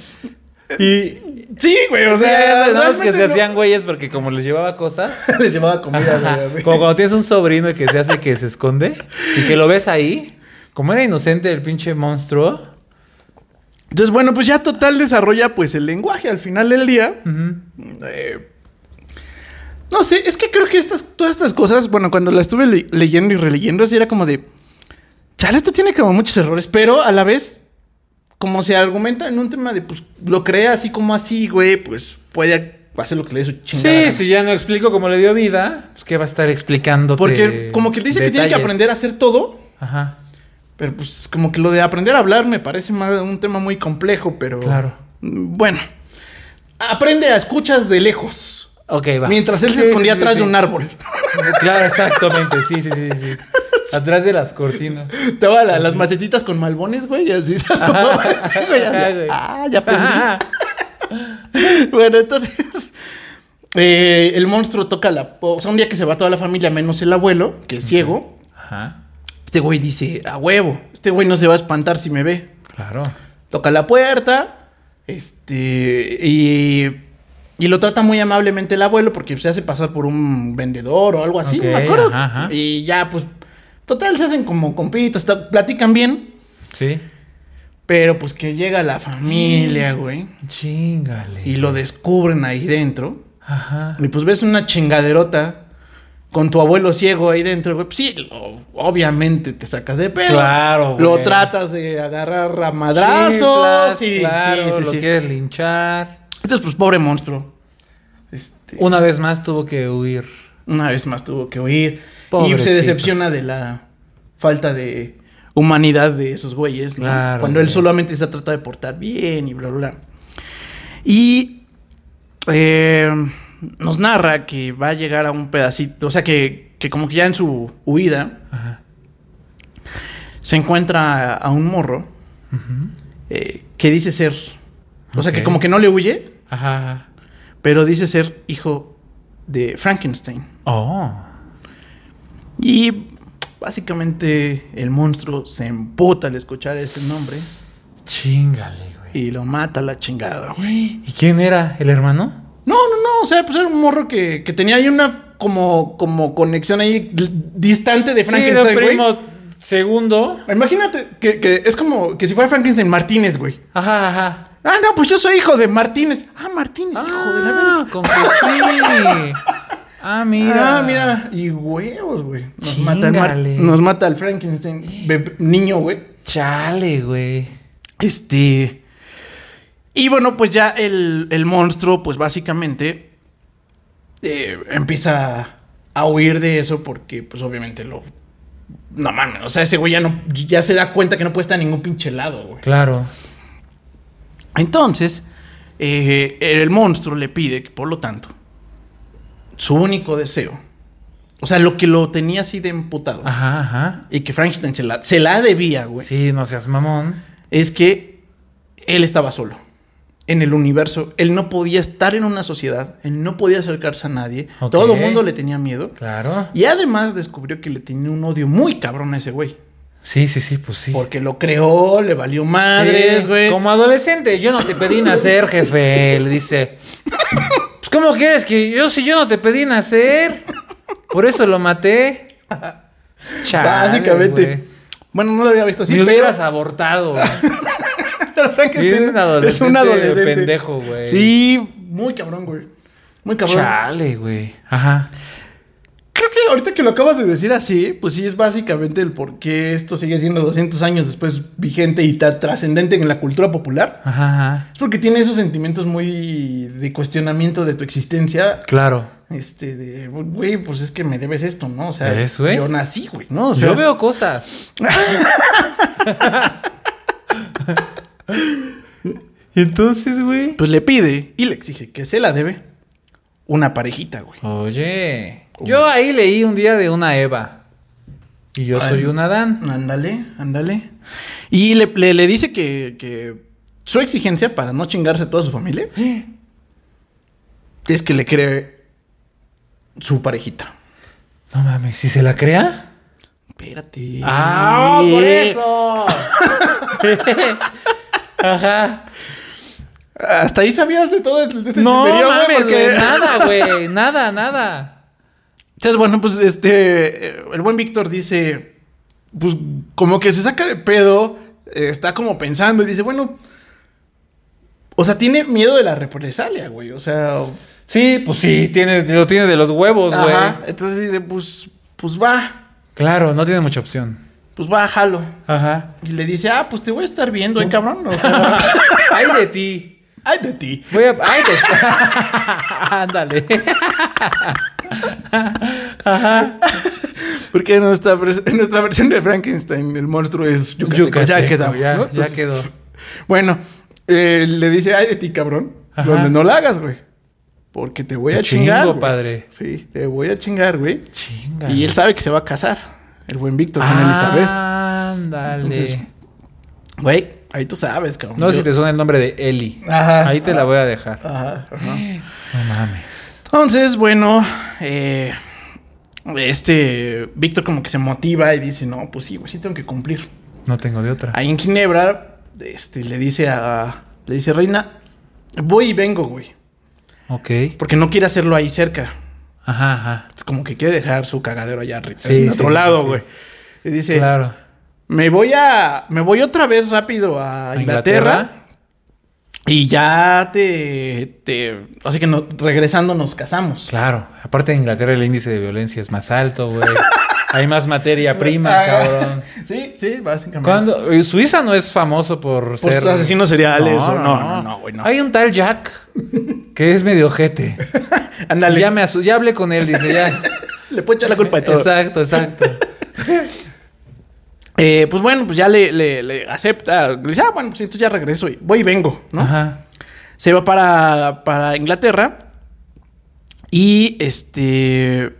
Speaker 2: Y.
Speaker 1: Sí, güey,
Speaker 2: O sea, ya sabes que se
Speaker 1: realmente
Speaker 2: hacían güeyes porque como les llevaba cosas.
Speaker 1: no- les llevaba comida,
Speaker 2: Ajá.
Speaker 1: güey. así.
Speaker 2: Como cuando tienes un sobrino que se hace que se esconde y que lo ves ahí. Como era inocente el pinche monstruo.
Speaker 1: Entonces, bueno, pues ya total desarrolla pues el lenguaje al final del día.
Speaker 2: Ujú.
Speaker 1: Eh, no sé, es que creo que estas, todas estas cosas, bueno, cuando las estuve le- leyendo y releyendo, así era como de. Chale, esto tiene como muchos errores, pero a la vez, como se argumenta en un tema de, pues, lo crea así como así, güey, pues puede hacer lo que le dé su chingada.
Speaker 2: Sí,
Speaker 1: gana.
Speaker 2: si ya no explico cómo le dio vida, pues qué va a estar explicándote.
Speaker 1: Porque como que dice que tiene que
Speaker 2: detalles?
Speaker 1: aprender a hacer todo,
Speaker 2: Ajá,
Speaker 1: pero pues como que lo de aprender a hablar me parece más un tema muy complejo, pero.
Speaker 2: claro.
Speaker 1: Mm, Bueno, aprende a escuchas de lejos.
Speaker 2: Ok, va.
Speaker 1: Mientras él se
Speaker 2: Sí,
Speaker 1: escondía
Speaker 2: sí, sí,
Speaker 1: atrás
Speaker 2: sí.
Speaker 1: de un árbol.
Speaker 2: Claro, exactamente. Sí, sí, sí, sí. Atrás de las cortinas.
Speaker 1: Estaba la- las macetitas con malbones, güey, y así se asomaba. así, güey,
Speaker 2: Ajá,
Speaker 1: así,
Speaker 2: güey.
Speaker 1: ah, ya aprendí. bueno, entonces. eh, el monstruo toca la. O sea, un día que se va toda la familia, menos el abuelo, que es ciego.
Speaker 2: Ajá,
Speaker 1: Este güey dice: A huevo, este güey no se va a espantar si me ve.
Speaker 2: claro.
Speaker 1: Toca la puerta. Este. Y. Y lo trata muy amablemente el abuelo porque se hace pasar por un vendedor o algo así, no
Speaker 2: Ok,
Speaker 1: me acuerdo.
Speaker 2: ajá, ajá.
Speaker 1: Y ya, pues. Total, se hacen como compitas, ta- platican bien.
Speaker 2: Sí.
Speaker 1: Pero pues que llega la familia, güey.
Speaker 2: Chingale.
Speaker 1: Y lo descubren ahí dentro.
Speaker 2: Ajá.
Speaker 1: Y pues ves una chingaderota con tu abuelo ciego ahí dentro, güey. Pues sí, lo- obviamente te sacas de pedo.
Speaker 2: Claro, güey.
Speaker 1: Lo tratas de agarrar a madrazos.
Speaker 2: Sí,
Speaker 1: y-
Speaker 2: claro,
Speaker 1: sí, sí,
Speaker 2: lo
Speaker 1: sí.
Speaker 2: quieres linchar.
Speaker 1: Entonces, pues pobre monstruo. Este,
Speaker 2: Una vez más tuvo que huir.
Speaker 1: una vez más tuvo que huir. Y se
Speaker 2: Pobrecito.
Speaker 1: decepciona de la falta de humanidad de esos güeyes, ¿no?
Speaker 2: Claro,
Speaker 1: Cuando él
Speaker 2: güey.
Speaker 1: solamente se trata de portar bien y bla, bla, bla. Y eh, nos narra que va a llegar a un pedacito, o sea, que, que como que ya en su huida
Speaker 2: Ajá.
Speaker 1: se encuentra a un morro
Speaker 2: Ujú.
Speaker 1: eh, que dice ser, o sea, que
Speaker 2: Ok.
Speaker 1: como que no le huye,
Speaker 2: Ajá. ajá.
Speaker 1: pero dice ser hijo de Frankenstein.
Speaker 2: Oh.
Speaker 1: Y básicamente el monstruo se emputa al escuchar ese nombre
Speaker 2: Chingale, güey.
Speaker 1: y lo mata a la chingada, güey.
Speaker 2: ¿Y quién era? ¿El hermano?
Speaker 1: No, no, no, o sea, pues era un morro que, que tenía ahí una como, como conexión ahí l- distante de Frankenstein, güey.
Speaker 2: segundo.
Speaker 1: Imagínate que, que es como que si fuera Frankenstein Martínez, güey.
Speaker 2: Ajá, ajá.
Speaker 1: Ah, no, pues yo soy hijo de Martínez. Ah, Martínez, hijo de la verga.
Speaker 2: Ah, con que sí. Ah, mira.
Speaker 1: Ah, mira, y huevos, güey. Nos mata, al Mar-
Speaker 2: Chíngale. Eh.
Speaker 1: nos mata al Frankenstein, bebé- niño, güey.
Speaker 2: Chale, güey.
Speaker 1: Este. Y bueno, pues ya el, el monstruo, pues básicamente. eh, empieza a huir de eso porque, pues obviamente lo. No mames, o sea, ese güey ya, no, ya se da cuenta que no puede estar en ningún pinche lado, güey.
Speaker 2: Claro.
Speaker 1: Entonces, eh, el monstruo le pide que, por lo tanto, su único deseo, o sea, lo que lo tenía así de emputado,
Speaker 2: Ajá, ajá.
Speaker 1: y que Frankenstein se la, se la debía, güey,
Speaker 2: Sí, no seas mamón.
Speaker 1: es que él estaba solo en el universo. Él no podía estar en una sociedad, él no podía acercarse a nadie.
Speaker 2: Ok.
Speaker 1: Todo el mundo le tenía miedo.
Speaker 2: Claro.
Speaker 1: Y además descubrió que le tenía un odio muy cabrón a ese güey.
Speaker 2: Sí, sí, sí, pues sí.
Speaker 1: Porque lo creó, le valió madres,
Speaker 2: Sí,
Speaker 1: güey.
Speaker 2: Como adolescente, yo no te pedí nacer, jefe. Le dice. Pues, ¿cómo quieres que yo si yo no te pedí nacer? Por eso lo maté. Chale,
Speaker 1: Básicamente.
Speaker 2: güey.
Speaker 1: Bueno, no lo había visto así.
Speaker 2: Me
Speaker 1: pero-
Speaker 2: hubieras abortado. güey.
Speaker 1: Frankenstein
Speaker 2: Es un adolescente pendejo, güey.
Speaker 1: Sí, muy cabrón, güey. Muy cabrón.
Speaker 2: Chale, güey. Ajá.
Speaker 1: Creo que ahorita que lo acabas de decir así, pues sí es básicamente el por qué esto sigue siendo 200 años después vigente y tan trascendente en la cultura popular.
Speaker 2: Ajá, ajá.
Speaker 1: Es porque tiene esos sentimientos muy de cuestionamiento de tu existencia.
Speaker 2: Claro.
Speaker 1: Este, de, güey, pues es que me debes esto, ¿no? O sea,
Speaker 2: ¿Ves, güey?
Speaker 1: yo nací, güey, ¿no? O sea,
Speaker 2: yo veo cosas. y entonces, güey.
Speaker 1: Pues le pide y le exige que se la debe una parejita, güey.
Speaker 2: Oye. Yo ahí leí un día de una Eva. Y yo
Speaker 1: Ay.
Speaker 2: soy un Adán.
Speaker 1: Ándale, ándale. Y le, le- le dice que, que su exigencia para no chingarse a toda su familia es que le cree su parejita.
Speaker 2: No mames, si se la crea.
Speaker 1: Espérate.
Speaker 2: ¡Ah! ¡Por eso! Ajá.
Speaker 1: Hasta ahí sabías de todo el- de este
Speaker 2: No
Speaker 1: chismerío, güey,
Speaker 2: mames,
Speaker 1: porque-
Speaker 2: güey, nada, güey. Nada, nada.
Speaker 1: Entonces, bueno, pues este. eh, El buen Víctor dice. Pues como que se saca de pedo. eh, Está como pensando y dice, bueno. O sea, tiene miedo de la represalia, güey. O sea.
Speaker 2: Sí, pues sí, tiene, lo tiene de los huevos, güey.
Speaker 1: Ajá. Entonces dice, pues, pues va,
Speaker 2: Claro, no tiene mucha opción.
Speaker 1: pues va, jalo.
Speaker 2: Ajá.
Speaker 1: Y le dice, ah, pues te voy a estar viendo, eh, cabrón. O sea,
Speaker 2: Ay de ti.
Speaker 1: ay de ti.
Speaker 2: Voy a. Ay de ti. Ándale.
Speaker 1: Porque en nuestra, vers- en nuestra versión de Frankenstein, el monstruo es yucateco. ya
Speaker 2: Yucateco,
Speaker 1: quedamos,
Speaker 2: ya-
Speaker 1: ¿no?
Speaker 2: ya quedó.
Speaker 1: Bueno, eh, le dice, ay de ti, cabrón.
Speaker 2: Ajá.
Speaker 1: Donde no la hagas, güey. Porque te voy
Speaker 2: Te
Speaker 1: a chingar.
Speaker 2: chingo,
Speaker 1: güey.
Speaker 2: padre. Ah.
Speaker 1: Sí, te voy a chingar, güey.
Speaker 2: Chinga.
Speaker 1: Y él sabe que se va a casar. El buen Víctor con Elizabeth.
Speaker 2: Ah, Ándale.
Speaker 1: Entonces, Güey, ahí tú sabes, cabrón.
Speaker 2: no sé si
Speaker 1: Yo-
Speaker 2: te suena el nombre de Eli.
Speaker 1: Ajá. Ah.
Speaker 2: Ahí te la voy a dejar.
Speaker 1: Ajá, ajá.
Speaker 2: No mames.
Speaker 1: Entonces, bueno, eh, este Víctor como que se motiva y dice, no, pues sí, güey, sí tengo que cumplir.
Speaker 2: No tengo de otra.
Speaker 1: Ahí en Ginebra, este, le dice a, le dice, Reina, voy y vengo, güey,
Speaker 2: Ok.
Speaker 1: porque no quiere hacerlo ahí cerca.
Speaker 2: Ajá, ajá.
Speaker 1: Es como que quiere dejar su cagadero allá arriba, en
Speaker 2: Sí, sí,
Speaker 1: otro
Speaker 2: sí,
Speaker 1: lado,
Speaker 2: sí.
Speaker 1: güey. Y dice,
Speaker 2: Claro.
Speaker 1: me voy a, me voy otra vez rápido a,
Speaker 2: ¿A
Speaker 1: Inglaterra.
Speaker 2: Inglaterra?
Speaker 1: Y ya te, te, así que no- regresando nos casamos.
Speaker 2: Claro. Aparte de Inglaterra, el índice de violencia es más alto, güey. Hay más materia prima,
Speaker 1: Ah,
Speaker 2: cabrón.
Speaker 1: Sí, sí, básicamente.
Speaker 2: Cuando- eh, Suiza no es famoso por,
Speaker 1: Por
Speaker 2: ser.
Speaker 1: sus asesinos seriales o- no, no, no, güey, no.
Speaker 2: Hay un tal Jack que es medio ojete.
Speaker 1: Ándale.
Speaker 2: Ya me asu- ya hablé con él, dice ya.
Speaker 1: Le puedo echar la culpa de todo.
Speaker 2: Exacto, exacto.
Speaker 1: Eh, pues bueno, pues ya le, le- le acepta. Le dice, ah, bueno, pues entonces ya regreso y voy y vengo, ¿no?
Speaker 2: Ajá.
Speaker 1: Se va para, para Inglaterra. Y este.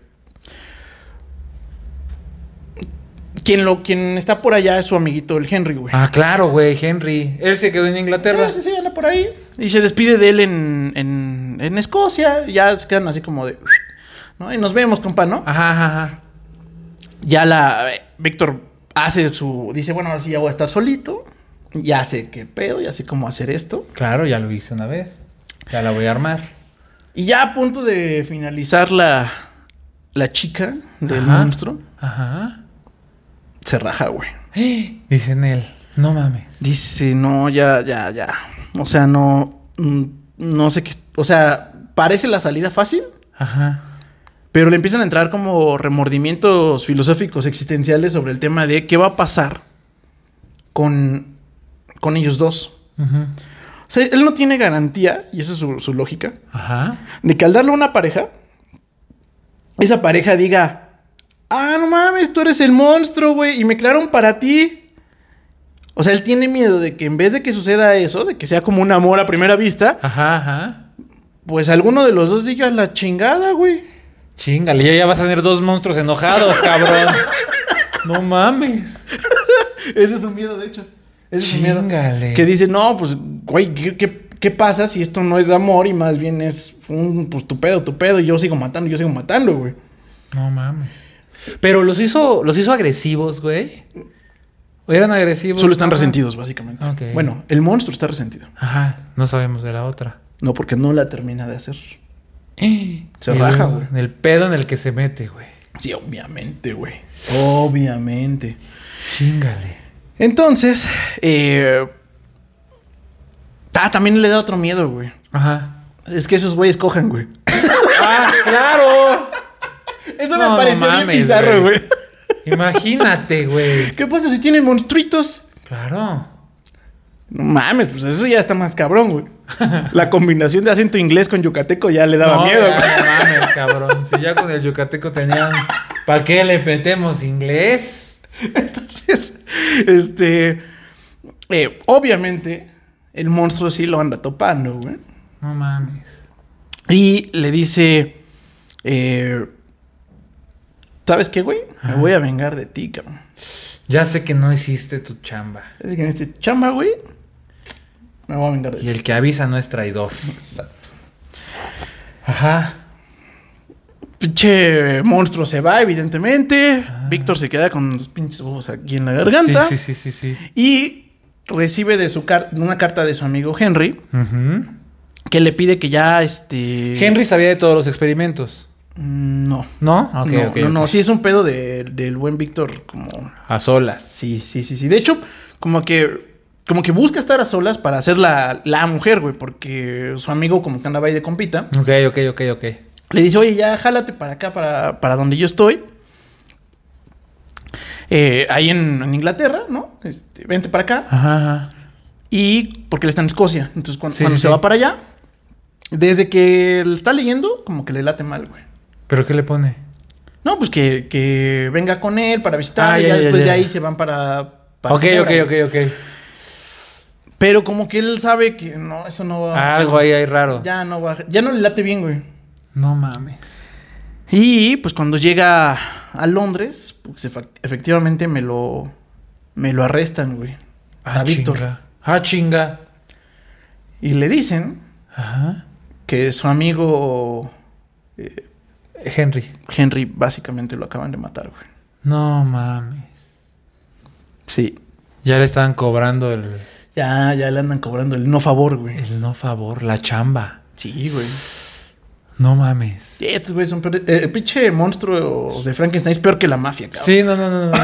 Speaker 1: Quien, lo, quien está por allá es su amiguito, el Henry, güey.
Speaker 2: Ah, claro, güey, Henry. Él se quedó en Inglaterra.
Speaker 1: Sí, sí, sí, anda por ahí. Y se despide de él en, en, en Escocia. Ya se quedan así como de. ¿no? Y nos vemos, compa, ¿no?
Speaker 2: Ajá, ajá, ajá.
Speaker 1: Ya la. eh, Víctor hace su. Dice, bueno, ahora sí ya voy a estar solito. Ya sé qué pedo, ya sé cómo hacer esto.
Speaker 2: Claro, ya lo hice una vez. Ya la voy a armar.
Speaker 1: Y ya a punto de finalizar la. La chica del
Speaker 2: Ajá.
Speaker 1: monstruo
Speaker 2: Ajá.
Speaker 1: se raja, güey.
Speaker 2: Dicen él. No mames.
Speaker 1: Dice, no, ya, ya, ya. O sea, no. mm, No sé qué. O sea, parece la salida fácil.
Speaker 2: Ajá.
Speaker 1: Pero le empiezan a entrar como remordimientos filosóficos existenciales sobre el tema de qué va a pasar con, con ellos dos.
Speaker 2: Ujú.
Speaker 1: O sea, él no tiene garantía, y esa es su, su lógica,
Speaker 2: Ajá.
Speaker 1: de que al darle a una pareja, esa pareja diga, ah, no mames, tú eres el monstruo, güey, y me crearon para ti. O sea, él tiene miedo de que en vez de que suceda eso, de que sea como un amor a primera vista,
Speaker 2: Ajá, ajá.
Speaker 1: pues alguno de los dos diga la chingada, güey.
Speaker 2: Chingale, ya, ya vas a tener dos monstruos enojados, cabrón. No mames.
Speaker 1: Ese es un miedo, de hecho. Ese es un miedo.
Speaker 2: Chíngale.
Speaker 1: Que dice, no, pues, güey, ¿qué, qué, qué pasa si esto no es amor y más bien es un, pues, tu pedo, tu pedo, y yo sigo matando, yo sigo matando, güey.
Speaker 2: No mames. Pero los hizo, los hizo agresivos, güey. ¿O eran agresivos?
Speaker 1: Solo están
Speaker 2: Ajá.
Speaker 1: resentidos, básicamente.
Speaker 2: Ok.
Speaker 1: Bueno, el monstruo está resentido.
Speaker 2: Ajá, no sabemos de la otra.
Speaker 1: No, porque no la termina de hacer.
Speaker 2: Se
Speaker 1: raja, güey.
Speaker 2: En el pedo en el que se mete, güey.
Speaker 1: Sí, obviamente, güey. Obviamente.
Speaker 2: Chingale.
Speaker 1: Entonces, eh... Ah, también le da otro miedo, güey.
Speaker 2: Ajá.
Speaker 1: Es que esos güeyes cojan, güey.
Speaker 2: ¡Ah, claro!
Speaker 1: Eso
Speaker 2: No, no
Speaker 1: me pareció
Speaker 2: mames,
Speaker 1: bien bizarro,
Speaker 2: güey.
Speaker 1: güey.
Speaker 2: Imagínate, güey.
Speaker 1: ¿Qué pasa si tienen monstruitos?
Speaker 2: Claro.
Speaker 1: No mames, pues eso ya está más cabrón, güey. La combinación de acento inglés con yucateco ya le daba
Speaker 2: No,
Speaker 1: miedo,
Speaker 2: ya,
Speaker 1: güey.
Speaker 2: No mames, cabrón. Si ya con el yucateco tenían. ¿Para qué le metemos inglés?
Speaker 1: Entonces, este. eh, obviamente, el monstruo sí lo anda topando, güey.
Speaker 2: No mames.
Speaker 1: Y le dice. eh, ¿Sabes qué, güey? Me voy a vengar de ti, cabrón.
Speaker 2: Ya sé que no hiciste tu chamba.
Speaker 1: Es que en este chamba, güey. Me voy a vengar de
Speaker 2: Y
Speaker 1: ti.
Speaker 2: el que avisa no es traidor.
Speaker 1: Exacto.
Speaker 2: Ajá.
Speaker 1: Pinche monstruo se va, evidentemente. Víctor se queda con los pinches huevos aquí en la garganta.
Speaker 2: Ah. Sí, sí, sí, sí, sí.
Speaker 1: Y recibe de su car- una carta de su amigo Henry
Speaker 2: Ujú.
Speaker 1: que le pide que ya este.
Speaker 2: Henry sabía de todos los experimentos.
Speaker 1: Mm, No.
Speaker 2: ¿No?
Speaker 1: no, no, no, sí es un pedo de- del buen Víctor, como.
Speaker 2: A solas.
Speaker 1: Sí, sí, sí, sí. De hecho, como que. Como que busca estar a solas para ser la, la mujer, güey, porque su amigo, como que andaba ahí de compita,
Speaker 2: Ok, ok, ok, ok.
Speaker 1: le dice, oye, ya jálate para acá, para, para donde yo estoy. Eh, ahí en, en Inglaterra, ¿no? Este, vente para acá.
Speaker 2: Ajá, ajá.
Speaker 1: Y porque él está en Escocia. Entonces, cuando,
Speaker 2: Sí,
Speaker 1: cuando
Speaker 2: sí,
Speaker 1: se
Speaker 2: sí.
Speaker 1: va para allá, desde que le está leyendo, como que le late mal, güey.
Speaker 2: ¿Pero qué le pone?
Speaker 1: No, pues que, que venga con él para visitar.
Speaker 2: Ah,
Speaker 1: y
Speaker 2: ya,
Speaker 1: ya,
Speaker 2: ya,
Speaker 1: después de
Speaker 2: ya.
Speaker 1: ahí se van para. para
Speaker 2: ok,
Speaker 1: Ginebra,
Speaker 2: ok,
Speaker 1: güey.
Speaker 2: ok, ok.
Speaker 1: Pero como que él sabe que no, eso no va.
Speaker 2: Algo ahí hay raro.
Speaker 1: Ya no va. Ya no le late bien, güey.
Speaker 2: No mames.
Speaker 1: Y pues cuando llega a Londres, pues efa- efectivamente me lo. Me lo arrestan, güey.
Speaker 2: Ah,
Speaker 1: a Víctor.
Speaker 2: chinga. Ah, chinga.
Speaker 1: Y le dicen
Speaker 2: Ajá.
Speaker 1: que su amigo
Speaker 2: Henry.
Speaker 1: Henry básicamente lo acaban de matar, güey.
Speaker 2: No mames.
Speaker 1: Sí.
Speaker 2: Ya le estaban cobrando el,
Speaker 1: Ya, ya le andan cobrando el no favor, güey.
Speaker 2: el no favor, la chamba.
Speaker 1: Sí, güey.
Speaker 2: No mames.
Speaker 1: Sí, estos güeyes son peores. Eh, el pinche monstruo de Frankenstein es peor que la mafia, cabrón.
Speaker 2: Sí, no, no, no, no. no.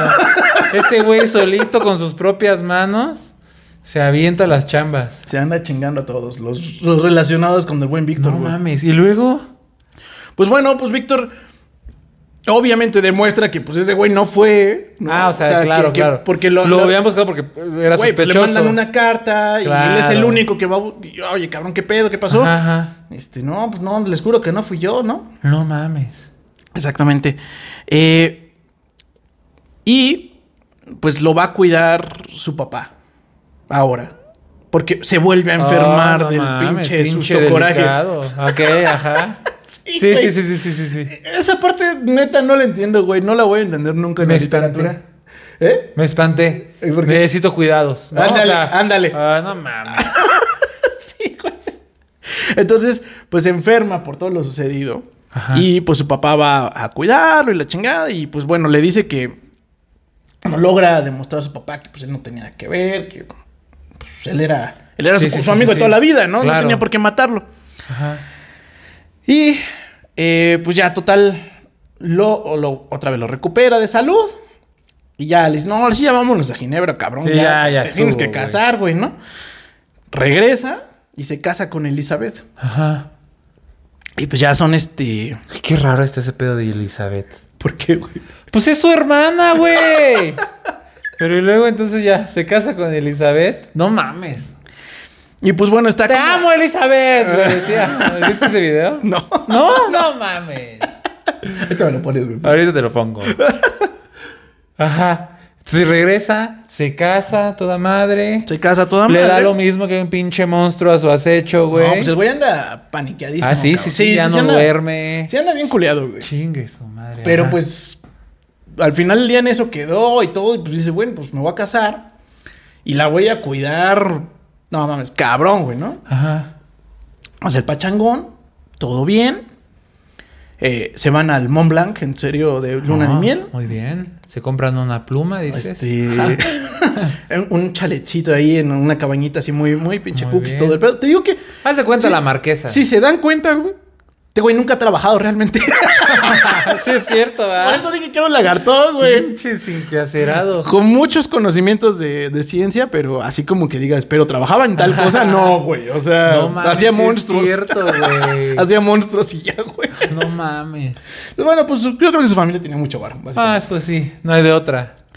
Speaker 2: Ese güey solito con sus propias manos se avienta las chambas.
Speaker 1: Se anda chingando a todos los, los relacionados con el buen Víctor,
Speaker 2: No
Speaker 1: güey.
Speaker 2: mames. Y luego.
Speaker 1: Pues bueno, pues Víctor obviamente demuestra que pues ese güey no fue. ¿no?
Speaker 2: Ah, o sea,
Speaker 1: que-
Speaker 2: claro,
Speaker 1: que-
Speaker 2: claro.
Speaker 1: Porque lo,
Speaker 2: lo
Speaker 1: lo-
Speaker 2: habían buscado porque era
Speaker 1: güey, pues, le
Speaker 2: sospechoso.
Speaker 1: mandan una carta y él es el
Speaker 2: Claro.
Speaker 1: único que va. a bu- y, Oye, cabrón, ¿qué pedo? ¿Qué pasó?
Speaker 2: Ajá, ajá.
Speaker 1: Este, no, pues no, les juro que no fui yo, ¿no?
Speaker 2: No mames.
Speaker 1: Exactamente. Eh, y pues lo va a cuidar su papá. Ahora. Porque se vuelve a enfermar
Speaker 2: Oh, no
Speaker 1: del
Speaker 2: mames,
Speaker 1: pinche, susto coraje.
Speaker 2: delicado. Ok, ajá.
Speaker 1: Sí,
Speaker 2: Sí,
Speaker 1: güey.
Speaker 2: sí, sí, sí, sí, sí, sí.
Speaker 1: Esa parte neta no la entiendo, güey. No la voy a entender nunca en
Speaker 2: Me
Speaker 1: la literatura.
Speaker 2: espanté.
Speaker 1: ¿Eh?
Speaker 2: Me espanté.
Speaker 1: ¿Y por qué?
Speaker 2: Necesito cuidados. ¿no?
Speaker 1: Ándale, ándale.
Speaker 2: Ah, no mames.
Speaker 1: Sí, güey. Entonces, pues se enferma por todo lo sucedido.
Speaker 2: Ajá.
Speaker 1: Y pues su papá va a cuidarlo y la chingada. Y pues bueno, le dice que no logra demostrar a su papá que pues él no tenía nada que ver, que pues, él era, él era
Speaker 2: Sí,
Speaker 1: su,
Speaker 2: sí,
Speaker 1: su
Speaker 2: sí,
Speaker 1: amigo
Speaker 2: sí,
Speaker 1: de toda
Speaker 2: sí.
Speaker 1: la vida, ¿no? No
Speaker 2: Claro.
Speaker 1: tenía por qué matarlo.
Speaker 2: Ajá.
Speaker 1: Y eh, pues ya, total, lo, lo- otra vez lo recupera de salud. Y ya le dice, no, ahora sí, ya vámonos a Ginebra, cabrón.
Speaker 2: Sí, ya, ya
Speaker 1: te tienes
Speaker 2: estuvo,
Speaker 1: que
Speaker 2: güey.
Speaker 1: casar, güey, ¿no? Regresa y se casa con Elizabeth.
Speaker 2: Ajá.
Speaker 1: Y pues ya son este...
Speaker 2: Ay, Qué raro está ese pedo de Elizabeth.
Speaker 1: ¿Por qué, güey?
Speaker 2: Pues es su hermana, güey. Pero y luego entonces ya se casa con Elizabeth. No mames.
Speaker 1: Y pues bueno, está...
Speaker 2: ¡Te
Speaker 1: como-
Speaker 2: amo, Elizabeth! Le decía. ¿Viste ese video?
Speaker 1: Eh. No.
Speaker 2: No, no mames.
Speaker 1: Ahorita me lo pones, güey.
Speaker 2: Ahorita te lo pongo. Ajá. Entonces regresa, se casa, toda madre.
Speaker 1: Se casa toda
Speaker 2: Le
Speaker 1: madre.
Speaker 2: da lo mismo que un pinche monstruo a su acecho, güey.
Speaker 1: No, pues el güey anda paniqueadísimo.
Speaker 2: ah, sí, sí, sí,
Speaker 1: cabrón.
Speaker 2: ya no
Speaker 1: anda-
Speaker 2: duerme.
Speaker 1: Sí anda bien culeado, güey.
Speaker 2: Chingue su madre.
Speaker 1: Pero
Speaker 2: ajá.
Speaker 1: pues al final del día en eso quedó y todo. Y pues dice, bueno, pues me voy a casar y la voy a cuidar. No mames, cabrón, güey, ¿no?
Speaker 2: Ajá.
Speaker 1: O sea, el pachangón, todo bien. Eh, se van al Mont Blanc, en serio, de luna
Speaker 2: Ah,
Speaker 1: de miel.
Speaker 2: Muy bien. Se compran una pluma, dices.
Speaker 1: Este,
Speaker 2: Ajá.
Speaker 1: un- un chalecito ahí en una cabañita así muy, muy pinche
Speaker 2: Muy
Speaker 1: cookies,
Speaker 2: bien.
Speaker 1: todo el pedo. Te digo que
Speaker 2: Haz de cuenta
Speaker 1: Sí.
Speaker 2: la marquesa.
Speaker 1: si se dan cuenta, güey, este güey nunca ha trabajado realmente.
Speaker 2: sí, es cierto, ¿verdad?
Speaker 1: Por eso dije que era un lagartón, güey.
Speaker 2: Pinche sin que acerado.
Speaker 1: Con muchos conocimientos de, de ciencia, pero así como que digas, pero trabajaba en tal cosa, no, güey. O sea, hacía
Speaker 2: sí
Speaker 1: monstruos.
Speaker 2: Es cierto, güey.
Speaker 1: hacía monstruos y ya, güey.
Speaker 2: No mames.
Speaker 1: Bueno, pues yo creo que su familia tenía mucho bar,
Speaker 2: Ah,
Speaker 1: básicamente.
Speaker 2: pues sí, no hay de otra. Ah.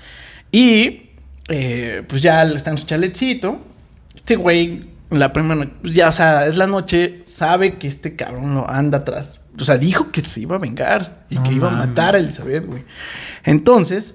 Speaker 1: Y eh, pues ya está en su chalecito. Este güey, la primera noche, pues ya, o sea, es la noche, sabe que este cabrón lo anda atrás. O sea, dijo que se iba a vengar y
Speaker 2: No
Speaker 1: que iba a
Speaker 2: mames.
Speaker 1: matar a Elizabeth, güey. Entonces,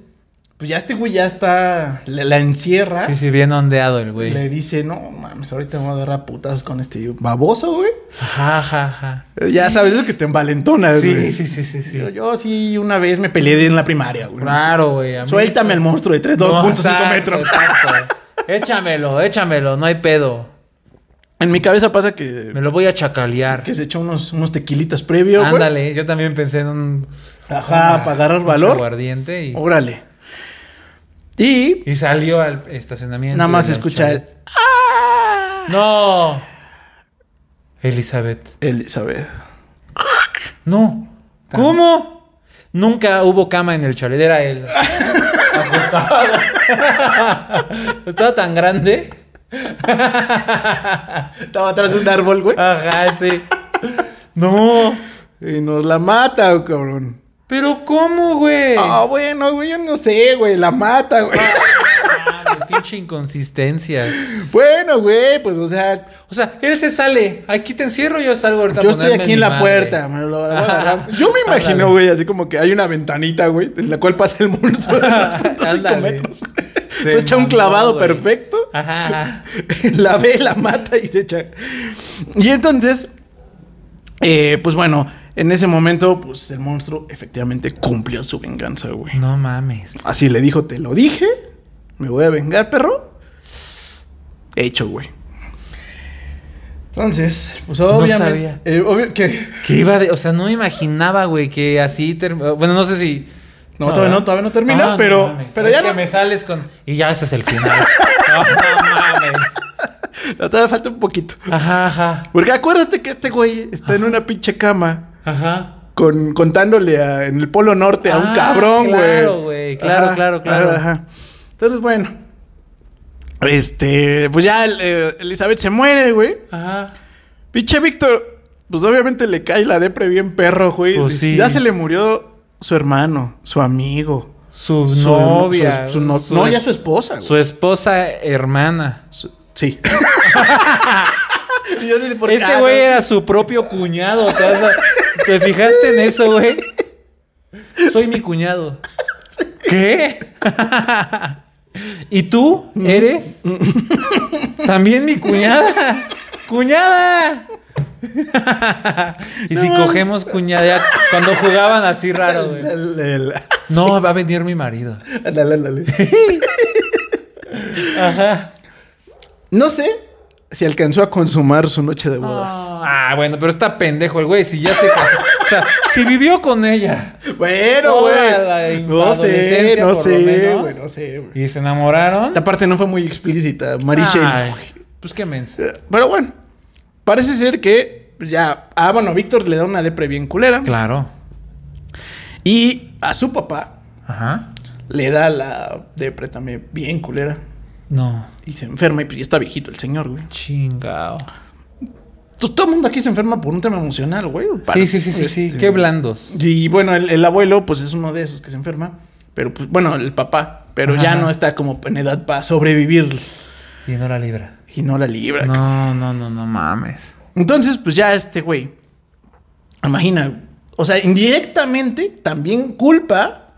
Speaker 1: pues ya este güey ya está, la, la encierra.
Speaker 2: Sí, sí, bien ondeado el güey.
Speaker 1: ¿Ah? Le dice, no mames, ahorita me voy a dar a putas con este baboso, güey.
Speaker 2: Ajá, ajá, ajá.
Speaker 1: Eh, Ya sabes, eso que te envalentonas,
Speaker 2: Sí,
Speaker 1: güey.
Speaker 2: sí, sí, sí, sí.
Speaker 1: Yo, yo sí Ah, una vez me peleé en la primaria, güey.
Speaker 2: Claro, güey. a mí-
Speaker 1: Suéltame al monstruo de tres-
Speaker 2: No,
Speaker 1: 2.5
Speaker 2: exacto,
Speaker 1: metros.
Speaker 2: exacto. Échamelo, échamelo, no hay pedo.
Speaker 1: En mi cabeza pasa
Speaker 2: Me
Speaker 1: que,
Speaker 2: lo voy a chacalear.
Speaker 1: que se echó unos, unos tequilitas previo, güey.
Speaker 2: Ándale, yo también pensé en un.
Speaker 1: Ajá, para agarrar
Speaker 2: un
Speaker 1: valor.
Speaker 2: aguardiente y,
Speaker 1: Órale. Y
Speaker 2: y salió al estacionamiento.
Speaker 1: nada más
Speaker 2: de
Speaker 1: se
Speaker 2: la
Speaker 1: escucha el...
Speaker 2: chava. ¡No! Elizabeth.
Speaker 1: Elizabeth.
Speaker 2: No. ¿Cómo? Nunca hubo cama en el chalet, era él. Acostado. Estaba tan grande.
Speaker 1: Estaba atrás de un árbol, güey.
Speaker 2: Ajá, sí. No.
Speaker 1: Ah. Y nos la mata, oh, cabrón.
Speaker 2: Pero ¿cómo, güey?
Speaker 1: Ah, bueno, güey, yo no sé, güey. La mata, güey.
Speaker 2: Mames, Ah, pinche inconsistencia.
Speaker 1: bueno, güey, pues, o sea...
Speaker 2: O sea, él se sale. Aquí te encierro, yo salgo ahorita. a
Speaker 1: Yo estoy
Speaker 2: ponerme
Speaker 1: aquí en
Speaker 2: mi
Speaker 1: la
Speaker 2: madre.
Speaker 1: puerta, me lo- lo voy a agarrar. Yo me imagino,
Speaker 2: Ándale.
Speaker 1: güey, así como que hay una ventanita, güey, en la cual pasa el monstruo de 2.5
Speaker 2: Ándale.
Speaker 1: metros. Se,
Speaker 2: Se
Speaker 1: echa un
Speaker 2: mamó,
Speaker 1: clavado
Speaker 2: güey.
Speaker 1: perfecto,
Speaker 2: Ajá, ajá.
Speaker 1: la ve, la mata y se echa. Y entonces, eh, pues bueno, en ese momento, pues el monstruo efectivamente cumplió su venganza, güey.
Speaker 2: No mames.
Speaker 1: Así le dijo, te lo dije, me voy a vengar, perro. Hecho, güey. Entonces, pues obviamente...
Speaker 2: sabía.
Speaker 1: eh, obvio que...
Speaker 2: Que iba de. O sea, no me imaginaba, güey, que así. term- Bueno, no sé si.
Speaker 1: No, todavía
Speaker 2: ¿verdad?
Speaker 1: no, todavía no termina,
Speaker 2: Ah,
Speaker 1: pero,
Speaker 2: no mames.
Speaker 1: pero
Speaker 2: Es
Speaker 1: ya
Speaker 2: que
Speaker 1: no,
Speaker 2: me sales con. Y ya ese es el final. no, no mames.
Speaker 1: no, todavía falta un poquito.
Speaker 2: Ajá, ajá.
Speaker 1: Porque acuérdate que este güey está en una pinche cama
Speaker 2: Ajá.
Speaker 1: con, contándole a- en el Polo Norte a un
Speaker 2: Ah,
Speaker 1: cabrón, güey.
Speaker 2: claro, güey, claro, claro, claro.
Speaker 1: Entonces, bueno. Este, pues ya el- eh, Elizabeth se muere, güey.
Speaker 2: Ajá.
Speaker 1: Pinche Víctor, pues obviamente le cae la depre bien perro, güey.
Speaker 2: Pues sí.
Speaker 1: Ya se le murió su hermano, su amigo.
Speaker 2: Su,
Speaker 1: su-
Speaker 2: novia.
Speaker 1: su- su no- no, ya su esposa, güey.
Speaker 2: Su e- esposa hermana.
Speaker 1: Su- Sí. Y yo así de, ah, ¿por qué?
Speaker 2: Ese güey era su propio cuñado. ¿Te, has- te fijaste en eso, güey? Soy mi cuñado. ¿Qué? ¿Y tú eres? También mi cuñada. ¡Cuñada! y si cogemos cuñada, ya cuando jugaban así raro, güey.
Speaker 3: El- el-
Speaker 2: No, va a venir mi marido.
Speaker 3: Ándale, ándale.
Speaker 2: Ajá.
Speaker 3: No sé si alcanzó a consumar su noche de bodas.
Speaker 2: Ah, bueno, pero está pendejo el güey. Si ya se casó. O sea, si vivió con ella
Speaker 3: Bueno,
Speaker 2: Toda la
Speaker 3: güey. No sé,
Speaker 2: adolescencia,
Speaker 3: no
Speaker 2: por lo
Speaker 3: sé,
Speaker 2: menos.
Speaker 3: güey, no sé, güey.
Speaker 2: y se enamoraron.
Speaker 3: Esta parte no fue muy explícita, Marichel.
Speaker 2: Ay, Pues qué mensa.
Speaker 1: Eh, Pero bueno, parece ser que ya. Ah, bueno, Víctor le da una depre bien culera.
Speaker 2: Claro.
Speaker 1: Y a su papá
Speaker 2: Ajá.
Speaker 1: le da la depre también bien culera.
Speaker 2: No.
Speaker 1: Y se enferma y pues ya está viejito el señor, güey.
Speaker 2: Chingao.
Speaker 1: T- Todo el mundo aquí se enferma por un tema emocional, güey. este,
Speaker 2: Sí, sí, sí, sí, sí. Qué blandos.
Speaker 1: Y bueno, el, el abuelo, pues es uno de esos que se enferma. Pero pues, bueno, el papá. Pero ya
Speaker 2: Ajá.
Speaker 1: no está como en edad para sobrevivir.
Speaker 2: Y no la libra.
Speaker 1: Y no la libra.
Speaker 2: No, no, no, no mames.
Speaker 1: Entonces, pues ya este güey. Imagina. O sea, indirectamente también culpa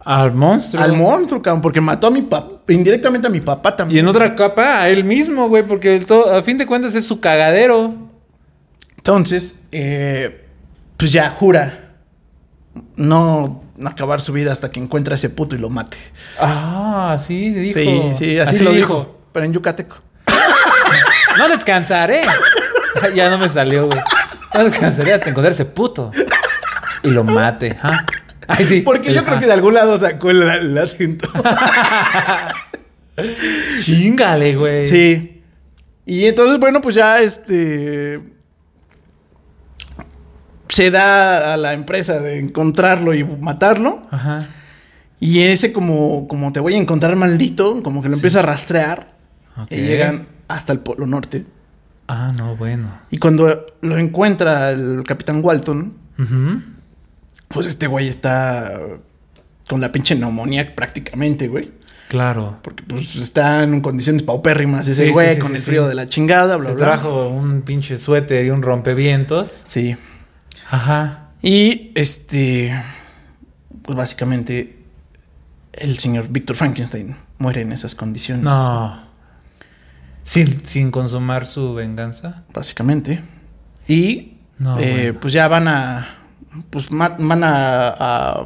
Speaker 2: Al monstruo.
Speaker 1: al monstruo, cabrón. Porque mató a mi papá. Indirectamente a mi papá
Speaker 2: Y
Speaker 1: también.
Speaker 2: en otra capa, a él mismo, güey, porque el to- a fin de cuentas es su cagadero.
Speaker 1: Entonces, eh, pues ya jura. No acabar su vida hasta que encuentre a ese puto y lo mate.
Speaker 2: Ah, sí, le dijo.
Speaker 1: Sí, sí, así, lo dijo. Pero en yucateco.
Speaker 2: No descansaré. ya no me salió, güey. No descansaré hasta encontrar ese puto. Y lo mate, ¿ah? Ay, sí.
Speaker 3: Porque yo creo que de algún lado sacó el, el acento.
Speaker 2: Chingale, güey.
Speaker 1: Sí. Y entonces, bueno, pues ya este. Se da a la empresa de encontrarlo y matarlo.
Speaker 2: Ajá.
Speaker 1: Y ese, como, como te voy a encontrar maldito, como que lo empieza a rastrear.
Speaker 2: Ok.
Speaker 1: Y llegan hasta el Polo Norte.
Speaker 2: Ah, no, bueno.
Speaker 1: Y cuando lo encuentra el capitán Walton,
Speaker 2: Ujú.
Speaker 1: pues este güey está con la pinche neumonía prácticamente, güey.
Speaker 2: Claro.
Speaker 1: Porque pues está en condiciones paupérrimas ese
Speaker 2: Sí, sí,
Speaker 1: güey
Speaker 2: sí,
Speaker 1: con
Speaker 2: sí,
Speaker 1: el
Speaker 2: sí.
Speaker 1: frío de la chingada, bla,
Speaker 2: Se
Speaker 1: bla.
Speaker 2: trajo un pinche suéter y un rompevientos.
Speaker 1: Sí.
Speaker 2: Ajá.
Speaker 1: Y este. Pues básicamente. El señor Víctor Frankenstein muere en esas condiciones.
Speaker 2: No. Sin, sin consumar su venganza.
Speaker 1: Básicamente. Y.
Speaker 2: No,
Speaker 1: eh,
Speaker 2: bueno.
Speaker 1: Pues ya van a. Pues ma- van a. a,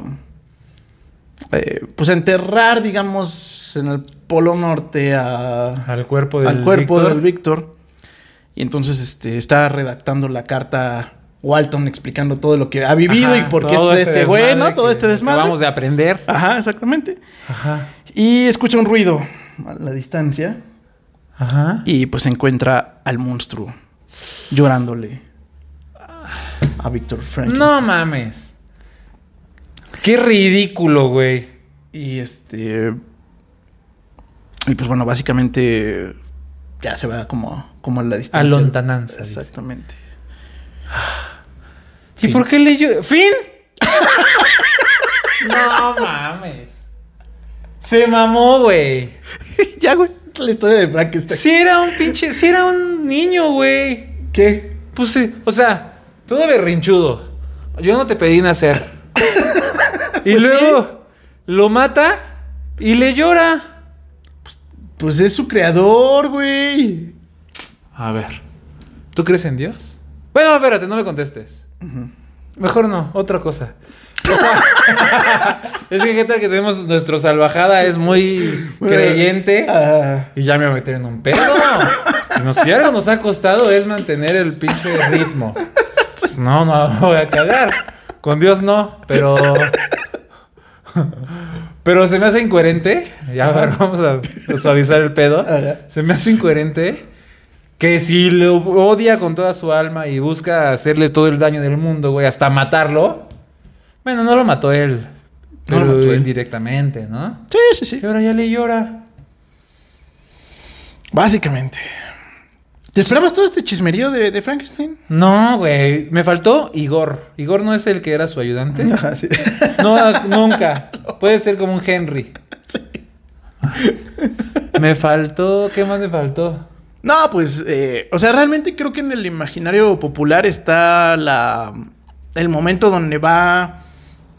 Speaker 1: eh, pues a enterrar, digamos, en el Polo Norte a-
Speaker 2: Al cuerpo del
Speaker 1: al cuerpo
Speaker 2: Víctor.
Speaker 1: del Víctor. Y entonces este, está redactando la carta Walton explicando todo lo que ha vivido
Speaker 2: Ajá,
Speaker 1: y por qué
Speaker 2: todo
Speaker 1: es de este güey,
Speaker 2: desmadre
Speaker 1: ¿no? Todo
Speaker 2: que-
Speaker 1: este
Speaker 2: que
Speaker 1: desmadre.
Speaker 2: Vamos de aprender.
Speaker 1: Ajá, exactamente.
Speaker 2: Ajá.
Speaker 1: Y escucha un ruido a la distancia.
Speaker 2: Ajá.
Speaker 1: Y pues encuentra al monstruo llorándole a Víctor Frankenstein.
Speaker 2: No mames. Qué ridículo, güey.
Speaker 1: Y este. Y pues bueno, básicamente ya se va como, como a la distancia.
Speaker 2: A lontananza, dice.
Speaker 1: Exactamente.
Speaker 2: ¿Y por qué leyó? ¿Fin? no mames. Se mamó, güey.
Speaker 1: ya, güey. La historia de Frankenstein.
Speaker 2: Si era un pinche, si era un niño, güey.
Speaker 1: ¿Qué?
Speaker 2: Pues sí, o sea, todo berrinchudo. Yo no te pedí nacer. Pues y luego lo mata y le llora.
Speaker 1: Pues es su creador, güey.
Speaker 2: A ver. ¿Tú crees en Dios? Bueno, espérate, no le contestes. Mejor no, otra cosa. O sea, es que qué tal que tenemos nuestro salvajada es muy creyente
Speaker 1: Ah,
Speaker 2: y ya me va a meter en un pedo. Y no, si algo nos ha costado es mantener el pinche ritmo. Pues No, no voy a cagar. Con Dios no, pero pero se me hace incoherente. Ya a ver, vamos a, a suavizar el pedo.
Speaker 1: Ajá.
Speaker 2: Se me hace incoherente que si lo odia con toda su alma y busca hacerle todo el daño del mundo, güey, hasta matarlo. Bueno, no lo mató él,
Speaker 1: No
Speaker 2: pero
Speaker 1: lo mató él.
Speaker 2: indirectamente, ¿no?
Speaker 1: sí, sí, sí.
Speaker 2: Y ahora ya le llora.
Speaker 1: Básicamente. ¿Te esperabas todo este chismerío de, de Frankenstein?
Speaker 2: No, güey, me faltó Igor. Igor no es el que era su ayudante.
Speaker 1: Ajá, sí.
Speaker 2: No, nunca. Puede ser como un Henry. Me faltó, ¿qué más me faltó?
Speaker 1: No, pues, eh, o sea, realmente creo que en el imaginario popular está la el momento donde va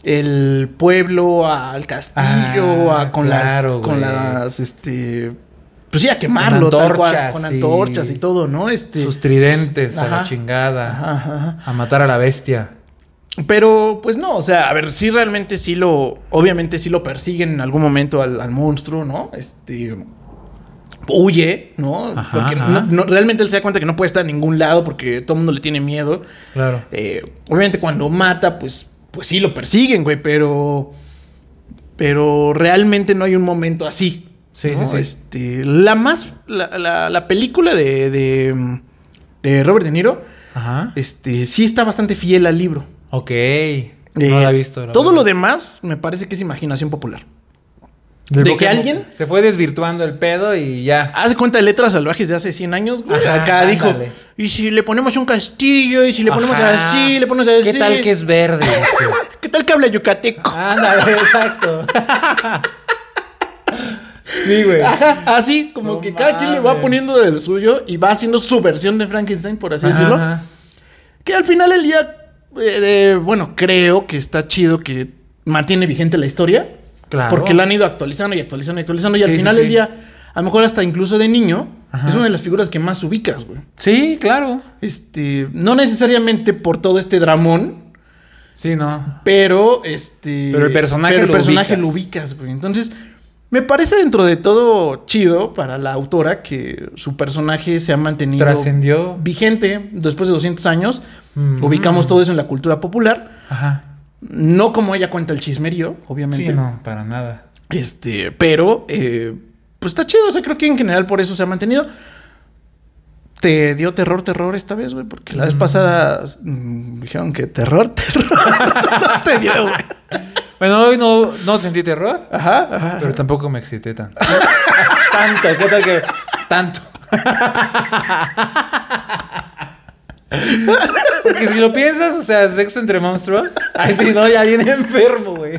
Speaker 1: el pueblo al castillo,
Speaker 2: Ah,
Speaker 1: a- con
Speaker 2: claro,
Speaker 1: las con
Speaker 2: güey.
Speaker 1: las este pues sí a quemarlo tal cual,
Speaker 2: antorchas
Speaker 1: con
Speaker 2: y-
Speaker 1: antorchas y, todo, ¿no? Este
Speaker 2: Sus tridentes a la
Speaker 1: Ajá.
Speaker 2: chingada.
Speaker 1: ajá, ajá.
Speaker 2: A matar a la bestia.
Speaker 1: Pero, pues no, o sea, a ver, sí realmente sí lo. Obviamente sí lo persiguen en algún momento al, al monstruo, ¿no? Este. Huye, ¿no?
Speaker 2: Ajá,
Speaker 1: Porque
Speaker 2: ajá.
Speaker 1: no- no- realmente él se da cuenta que no puede estar en ningún lado porque todo el mundo le tiene miedo.
Speaker 2: Claro.
Speaker 1: Eh, obviamente cuando mata, pues, pues sí lo persiguen, güey, pero. Pero realmente no hay un momento así.
Speaker 2: Sí,
Speaker 1: ¿no?
Speaker 2: sí, sí.
Speaker 1: Este, la más. La, la- la película de, de. de Robert De Niro.
Speaker 2: Ajá.
Speaker 1: Este. Sí está bastante fiel al libro.
Speaker 2: Ok.
Speaker 1: Eh,
Speaker 2: no la he visto. la
Speaker 1: todo
Speaker 2: verdad.
Speaker 1: lo demás me parece que es imaginación popular.
Speaker 2: Del
Speaker 1: de
Speaker 2: boca
Speaker 1: que
Speaker 2: en
Speaker 1: alguien-
Speaker 2: boca. Se fue desvirtuando el pedo y ya.
Speaker 1: Haz de cuenta de letras salvajes de hace 100 años, güey.
Speaker 2: Ajá,
Speaker 1: Acá dijo,
Speaker 2: ándale.
Speaker 1: y si le ponemos un castillo, y si le ponemos
Speaker 2: Ajá.
Speaker 1: así, le ponemos así.
Speaker 2: ¿Qué tal que es verde? Dice.
Speaker 1: ¿Qué tal que habla yucateco?
Speaker 2: Ándale, exacto. sí, güey.
Speaker 1: Ajá, así, como
Speaker 2: Ah. No
Speaker 1: que cada quien le va
Speaker 2: mames.
Speaker 1: poniendo del suyo y va haciendo su versión de Frankenstein, por así
Speaker 2: Ajá,
Speaker 1: decirlo.
Speaker 2: ajá.
Speaker 1: Que al final el día, eh, de- bueno, creo que está chido que mantiene vigente la historia.
Speaker 2: Claro.
Speaker 1: Porque la han ido actualizando y actualizando y actualizando. Y
Speaker 2: Sí,
Speaker 1: al
Speaker 2: sí,
Speaker 1: final
Speaker 2: sí.
Speaker 1: del día, a lo mejor hasta incluso de niño,
Speaker 2: Ajá.
Speaker 1: es una de las figuras que más ubicas, güey.
Speaker 2: Sí, claro.
Speaker 1: Este, no necesariamente por todo este dramón,
Speaker 2: Sí, no.
Speaker 1: pero este.
Speaker 2: Pero el personaje
Speaker 1: pero el
Speaker 2: lo
Speaker 1: personaje
Speaker 2: ubicas.
Speaker 1: lo ubicas, güey. Entonces, me parece dentro de todo chido para la autora que su personaje se ha mantenido
Speaker 2: Trascendió.
Speaker 1: vigente después de 200 años.
Speaker 2: Mm.
Speaker 1: Ubicamos todo eso en la cultura popular.
Speaker 2: Ajá.
Speaker 1: No como ella cuenta el chismerío, obviamente.
Speaker 2: Sí, no, para nada.
Speaker 1: Este, pero, eh, pues está chido. O sea, creo que en general por eso se ha mantenido. ¿Te dio terror, terror esta vez, güey? Porque la vez pasada mm, dijeron que terror, terror. no te dio, güey.
Speaker 2: Bueno, hoy no, no sentí terror,
Speaker 1: Ajá, ajá.
Speaker 2: pero tampoco me excité tanto. tanto, ¿qué tal que? Tanto. Porque si lo piensas, o sea, sexo entre monstruos. Ay, sí, no, ya viene enfermo, güey.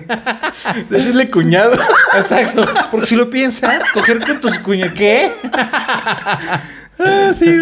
Speaker 1: Decirle cuñado.
Speaker 2: Exacto. Porque si lo piensas, coger con tus cuñas. ¿Qué?
Speaker 1: Ah, sí.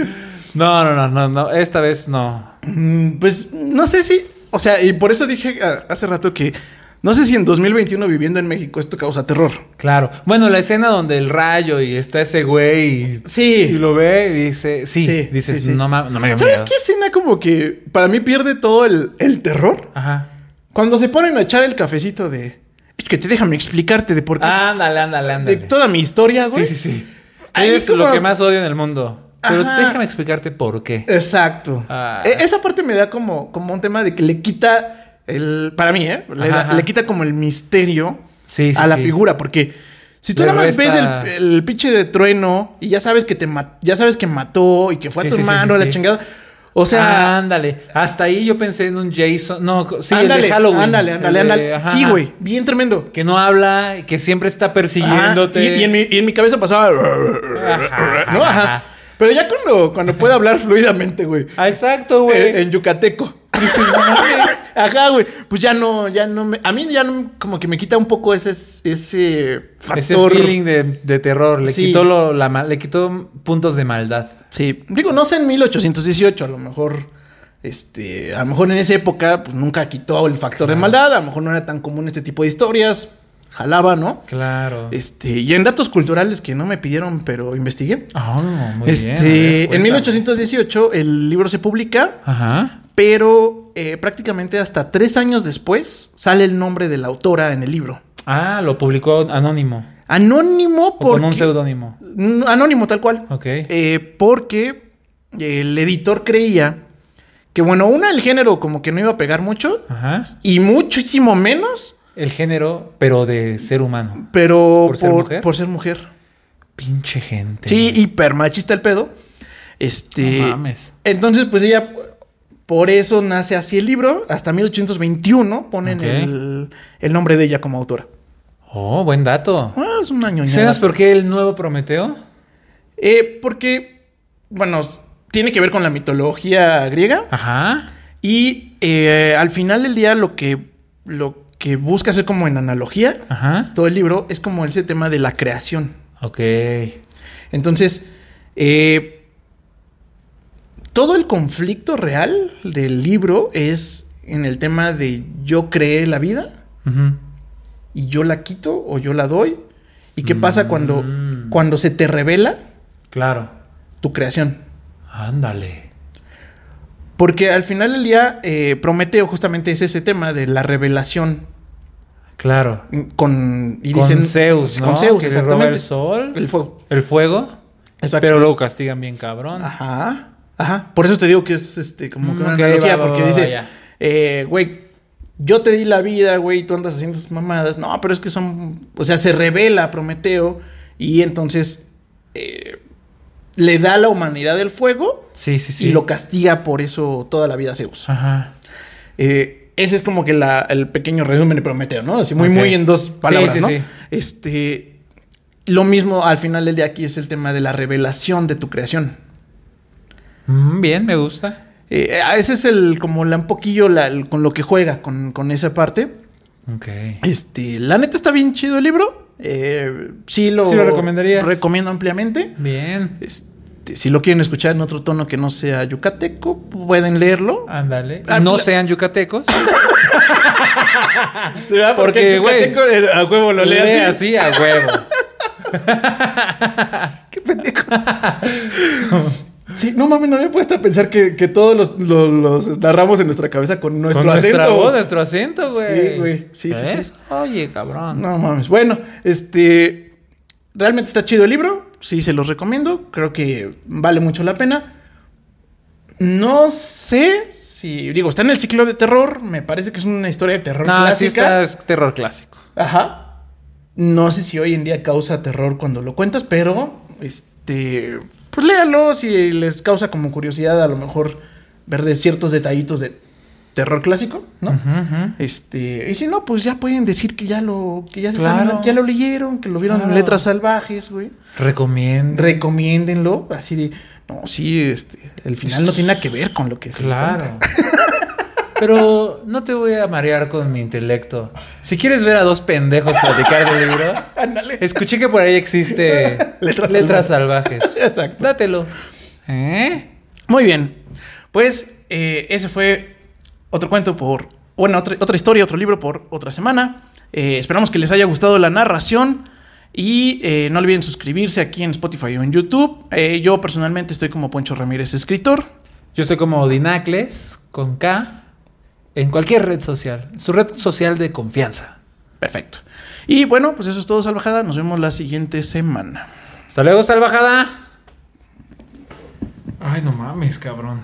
Speaker 2: No, no, no, no, no. Esta vez no.
Speaker 1: Mm, Pues no sé si. O sea, y por eso dije ah, hace rato que. No sé si en 2021 viviendo en México esto causa terror.
Speaker 2: Claro. Bueno, la escena donde el rayo y está ese güey y,
Speaker 1: Sí.
Speaker 2: y lo ve y dice, sí,
Speaker 1: Sí,
Speaker 2: dices,
Speaker 1: sí, sí.
Speaker 2: no mames, no me dio
Speaker 1: ¿Sabes
Speaker 2: miedo".
Speaker 1: qué escena como que para mí pierde todo el, el terror?
Speaker 2: Ajá.
Speaker 1: Cuando se ponen a echar el cafecito de. Es que te déjame explicarte de por qué.
Speaker 2: Ándale, ándale,
Speaker 1: de
Speaker 2: Ah, ándale.
Speaker 1: toda mi historia, güey.
Speaker 2: Sí, sí, sí.
Speaker 1: Ahí
Speaker 2: es
Speaker 1: como-
Speaker 2: lo que más odio en el mundo. Pero
Speaker 1: Ajá.
Speaker 2: déjame explicarte por qué.
Speaker 1: Exacto.
Speaker 2: Ah.
Speaker 1: E- esa parte me da como, como un tema de que le quita el. Para mí, ¿eh? Le,
Speaker 2: Ajá,
Speaker 1: da-
Speaker 2: ajá.
Speaker 1: le quita como el misterio
Speaker 2: Sí, sí,
Speaker 1: a la
Speaker 2: sí.
Speaker 1: figura, porque. Si tú
Speaker 2: Le
Speaker 1: nada más
Speaker 2: resta-
Speaker 1: ves el, el pinche de trueno y ya sabes que te ma- ya sabes que mató y que fue
Speaker 2: Sí,
Speaker 1: a tu
Speaker 2: sí, sí,
Speaker 1: hermano,
Speaker 2: sí,
Speaker 1: la
Speaker 2: sí.
Speaker 1: chingada. O
Speaker 2: O sea,
Speaker 1: sea,
Speaker 2: ándale. Hasta ahí yo pensé en un Jason. No, sí, el de
Speaker 1: ándale,
Speaker 2: Halloween.
Speaker 1: ándale, ándale,
Speaker 2: El de-
Speaker 1: ándale.
Speaker 2: ajá,
Speaker 1: Sí,
Speaker 2: ajá.
Speaker 1: güey, bien tremendo.
Speaker 2: Que no habla, que siempre está persiguiéndote.
Speaker 1: Ajá, Y, y en mi, y en mi cabeza pasaba.
Speaker 2: Ajá.
Speaker 1: ¿No? Ajá. Pero ya cuando, cuando puedo hablar fluidamente, güey.
Speaker 2: Ah, exacto, güey.
Speaker 1: En, en yucateco.
Speaker 2: Dices, "No mames".
Speaker 1: Ajá, güey. Pues ya no, ya no me. A mí ya no- como que me quita un poco ese, ese
Speaker 2: Ese
Speaker 1: factor.
Speaker 2: feeling de, de terror. Le,
Speaker 1: Sí.
Speaker 2: quitó lo- la, ma- le quitó puntos de maldad.
Speaker 1: Sí. Digo, no sé en 1818, a lo mejor. Este, a lo mejor en esa época, pues nunca quitó el factor de
Speaker 2: Claro.
Speaker 1: maldad. A lo mejor no era tan común este tipo de historias. Jalaba, ¿no?
Speaker 2: Claro.
Speaker 1: Este, y en datos culturales que no me pidieron, pero investigué.
Speaker 2: Oh, muy
Speaker 1: este,
Speaker 2: bien. A ver,
Speaker 1: en
Speaker 2: cuéntame.
Speaker 1: 1818 el libro se publica,
Speaker 2: Ajá.
Speaker 1: pero eh, prácticamente hasta tres años después sale el nombre de la autora en el libro.
Speaker 2: Ah, lo publicó anónimo.
Speaker 1: Anónimo
Speaker 2: O
Speaker 1: porque...
Speaker 2: con un seudónimo.
Speaker 1: N- Anónimo tal cual.
Speaker 2: Ok.
Speaker 1: Eh, porque eh, el editor creía que, bueno, una, el género como que no iba a pegar mucho
Speaker 2: Ajá.
Speaker 1: y muchísimo menos,
Speaker 2: El género, pero de ser humano.
Speaker 1: pero
Speaker 2: ¿Por ser mujer?
Speaker 1: por ser mujer.
Speaker 2: Pinche gente.
Speaker 1: Sí, hipermachista el pedo. Este.
Speaker 2: No mames.
Speaker 1: Entonces, pues ella. Por eso nace así el libro. Hasta 1821 ponen
Speaker 2: Ok.
Speaker 1: el, el nombre de ella como autora.
Speaker 2: Oh, buen dato.
Speaker 1: Ah, es un año y
Speaker 2: ¿Sabes
Speaker 1: nada.
Speaker 2: por qué el nuevo Prometeo?
Speaker 1: Eh, porque. Bueno, s- tiene que ver con la mitología griega.
Speaker 2: Ajá.
Speaker 1: Y eh, al final del día, lo que. lo que busca hacer como en analogía.
Speaker 2: Ajá.
Speaker 1: Todo el libro es como ese tema de la creación.
Speaker 2: Ok.
Speaker 1: Entonces, eh, todo el conflicto real del libro es en el tema de yo creé la vida
Speaker 2: Ujú.
Speaker 1: y yo la quito o yo la doy. ¿Y qué pasa cuando,
Speaker 2: Mm.
Speaker 1: cuando se te revela
Speaker 2: Claro.
Speaker 1: tu creación?
Speaker 2: Ándale.
Speaker 1: Porque al final del día, eh, Prometeo justamente es ese tema de la revelación
Speaker 2: Claro.
Speaker 1: mm, con... Y
Speaker 2: con
Speaker 1: dicen,
Speaker 2: Zeus, ¿no?
Speaker 1: Con Zeus,
Speaker 2: que le roba el
Speaker 1: exactamente.
Speaker 2: sol,
Speaker 1: El
Speaker 2: el,
Speaker 1: fuego.
Speaker 2: fuego,
Speaker 1: Exacto. Ah.
Speaker 2: pero luego castigan bien cabrón.
Speaker 1: Ajá. Ajá. Por eso te digo que es este, como que
Speaker 2: Mm,
Speaker 1: una
Speaker 2: ok,
Speaker 1: analogía,
Speaker 2: va, va,
Speaker 1: porque
Speaker 2: va,
Speaker 1: dice,
Speaker 2: ya.
Speaker 1: eh, güey, yo te di la vida, güey, y tú andas haciendo tus mamadas. No, pero es que son. O sea, se revela Prometeo y entonces eh, le da a la humanidad el fuego
Speaker 2: Sí, sí, sí.
Speaker 1: y lo castiga por eso toda la vida a Zeus.
Speaker 2: Ajá.
Speaker 1: Eh, ese es como que la- el pequeño resumen de Prometeo, ¿no? Así muy,
Speaker 2: Ok.
Speaker 1: muy en dos
Speaker 2: Sí,
Speaker 1: palabras,
Speaker 2: sí,
Speaker 1: ¿no?
Speaker 2: sí.
Speaker 1: Este. Lo mismo al final del día aquí es el tema de la revelación de tu creación.
Speaker 2: Mm, bien, me gusta.
Speaker 1: Eh, eh, ese es el, como la, un poquillo la- el- con lo que juega, con, con esa parte.
Speaker 2: Ok.
Speaker 1: Este, la neta está bien chido el libro. Eh, sí lo,
Speaker 2: Sí lo recomendarías.
Speaker 1: recomiendo ampliamente.
Speaker 2: Bien.
Speaker 1: Este, si lo quieren escuchar en otro tono que no sea yucateco, pueden leerlo.
Speaker 2: Ándale.
Speaker 1: Ah,
Speaker 2: no
Speaker 1: la-
Speaker 2: sean yucatecos.
Speaker 1: Porque,
Speaker 2: Porque,
Speaker 1: güey,
Speaker 2: güey,
Speaker 1: a huevo
Speaker 2: Lo lee así a huevo.
Speaker 1: Qué pendejo. Sí, no mames, no me he puesto a pensar que, que todos los, los- los narramos en nuestra cabeza con nuestro
Speaker 2: Con
Speaker 1: acento.
Speaker 2: nuestra voz, nuestro acento, güey.
Speaker 1: Sí, güey. Sí, sí,
Speaker 2: ¿Ves?
Speaker 1: sí.
Speaker 2: Oye, cabrón.
Speaker 1: No mames. Bueno, este. Realmente está chido el libro. Sí, se los recomiendo. Creo que vale mucho la pena. No sé si. Digo, está en el ciclo de terror. Me parece que es una historia de terror
Speaker 2: No, sí está,
Speaker 1: clásica.
Speaker 2: es terror clásico.
Speaker 1: Ajá. No sé si hoy en día causa terror cuando lo cuentas, pero. Este. Pues léalo. Si les causa como curiosidad, a lo mejor ver de ciertos detallitos de terror clásico, ¿no?
Speaker 2: Ujú, ujú.
Speaker 1: Este, y si no, pues ya pueden decir que ya lo, que ya se
Speaker 2: Claro.
Speaker 1: saben, ya lo leyeron, que lo vieron en
Speaker 2: Claro.
Speaker 1: letras salvajes, güey.
Speaker 2: Recomiendo.
Speaker 1: Recomiéndenlo, así de, no, sí, este, el final no tiene nada que ver con lo que se
Speaker 2: Claro. Pero no te voy a marear con mi intelecto. Si quieres ver a dos pendejos platicar del libro,
Speaker 1: cuenta. Ándale.
Speaker 2: escuché que por ahí existe
Speaker 1: Letras
Speaker 2: letras, salvajes.
Speaker 1: Exacto.
Speaker 2: Dátelo. ¿Eh?
Speaker 1: Muy bien. Pues eh, ese fue otro cuento por. Bueno, otra, otra historia, otro libro por otra semana. Eh, esperamos que les haya gustado la narración. Y eh, no olviden suscribirse aquí en Spotify o en YouTube. Eh, yo personalmente estoy como Poncho Ramírez, escritor.
Speaker 2: Yo estoy como Dinacles con K en cualquier red social. Su red social de confianza.
Speaker 1: Perfecto. Y bueno, pues eso es todo, Salvajada. Nos vemos la siguiente semana.
Speaker 2: Hasta luego, salvajada. Ay, no mames, cabrón.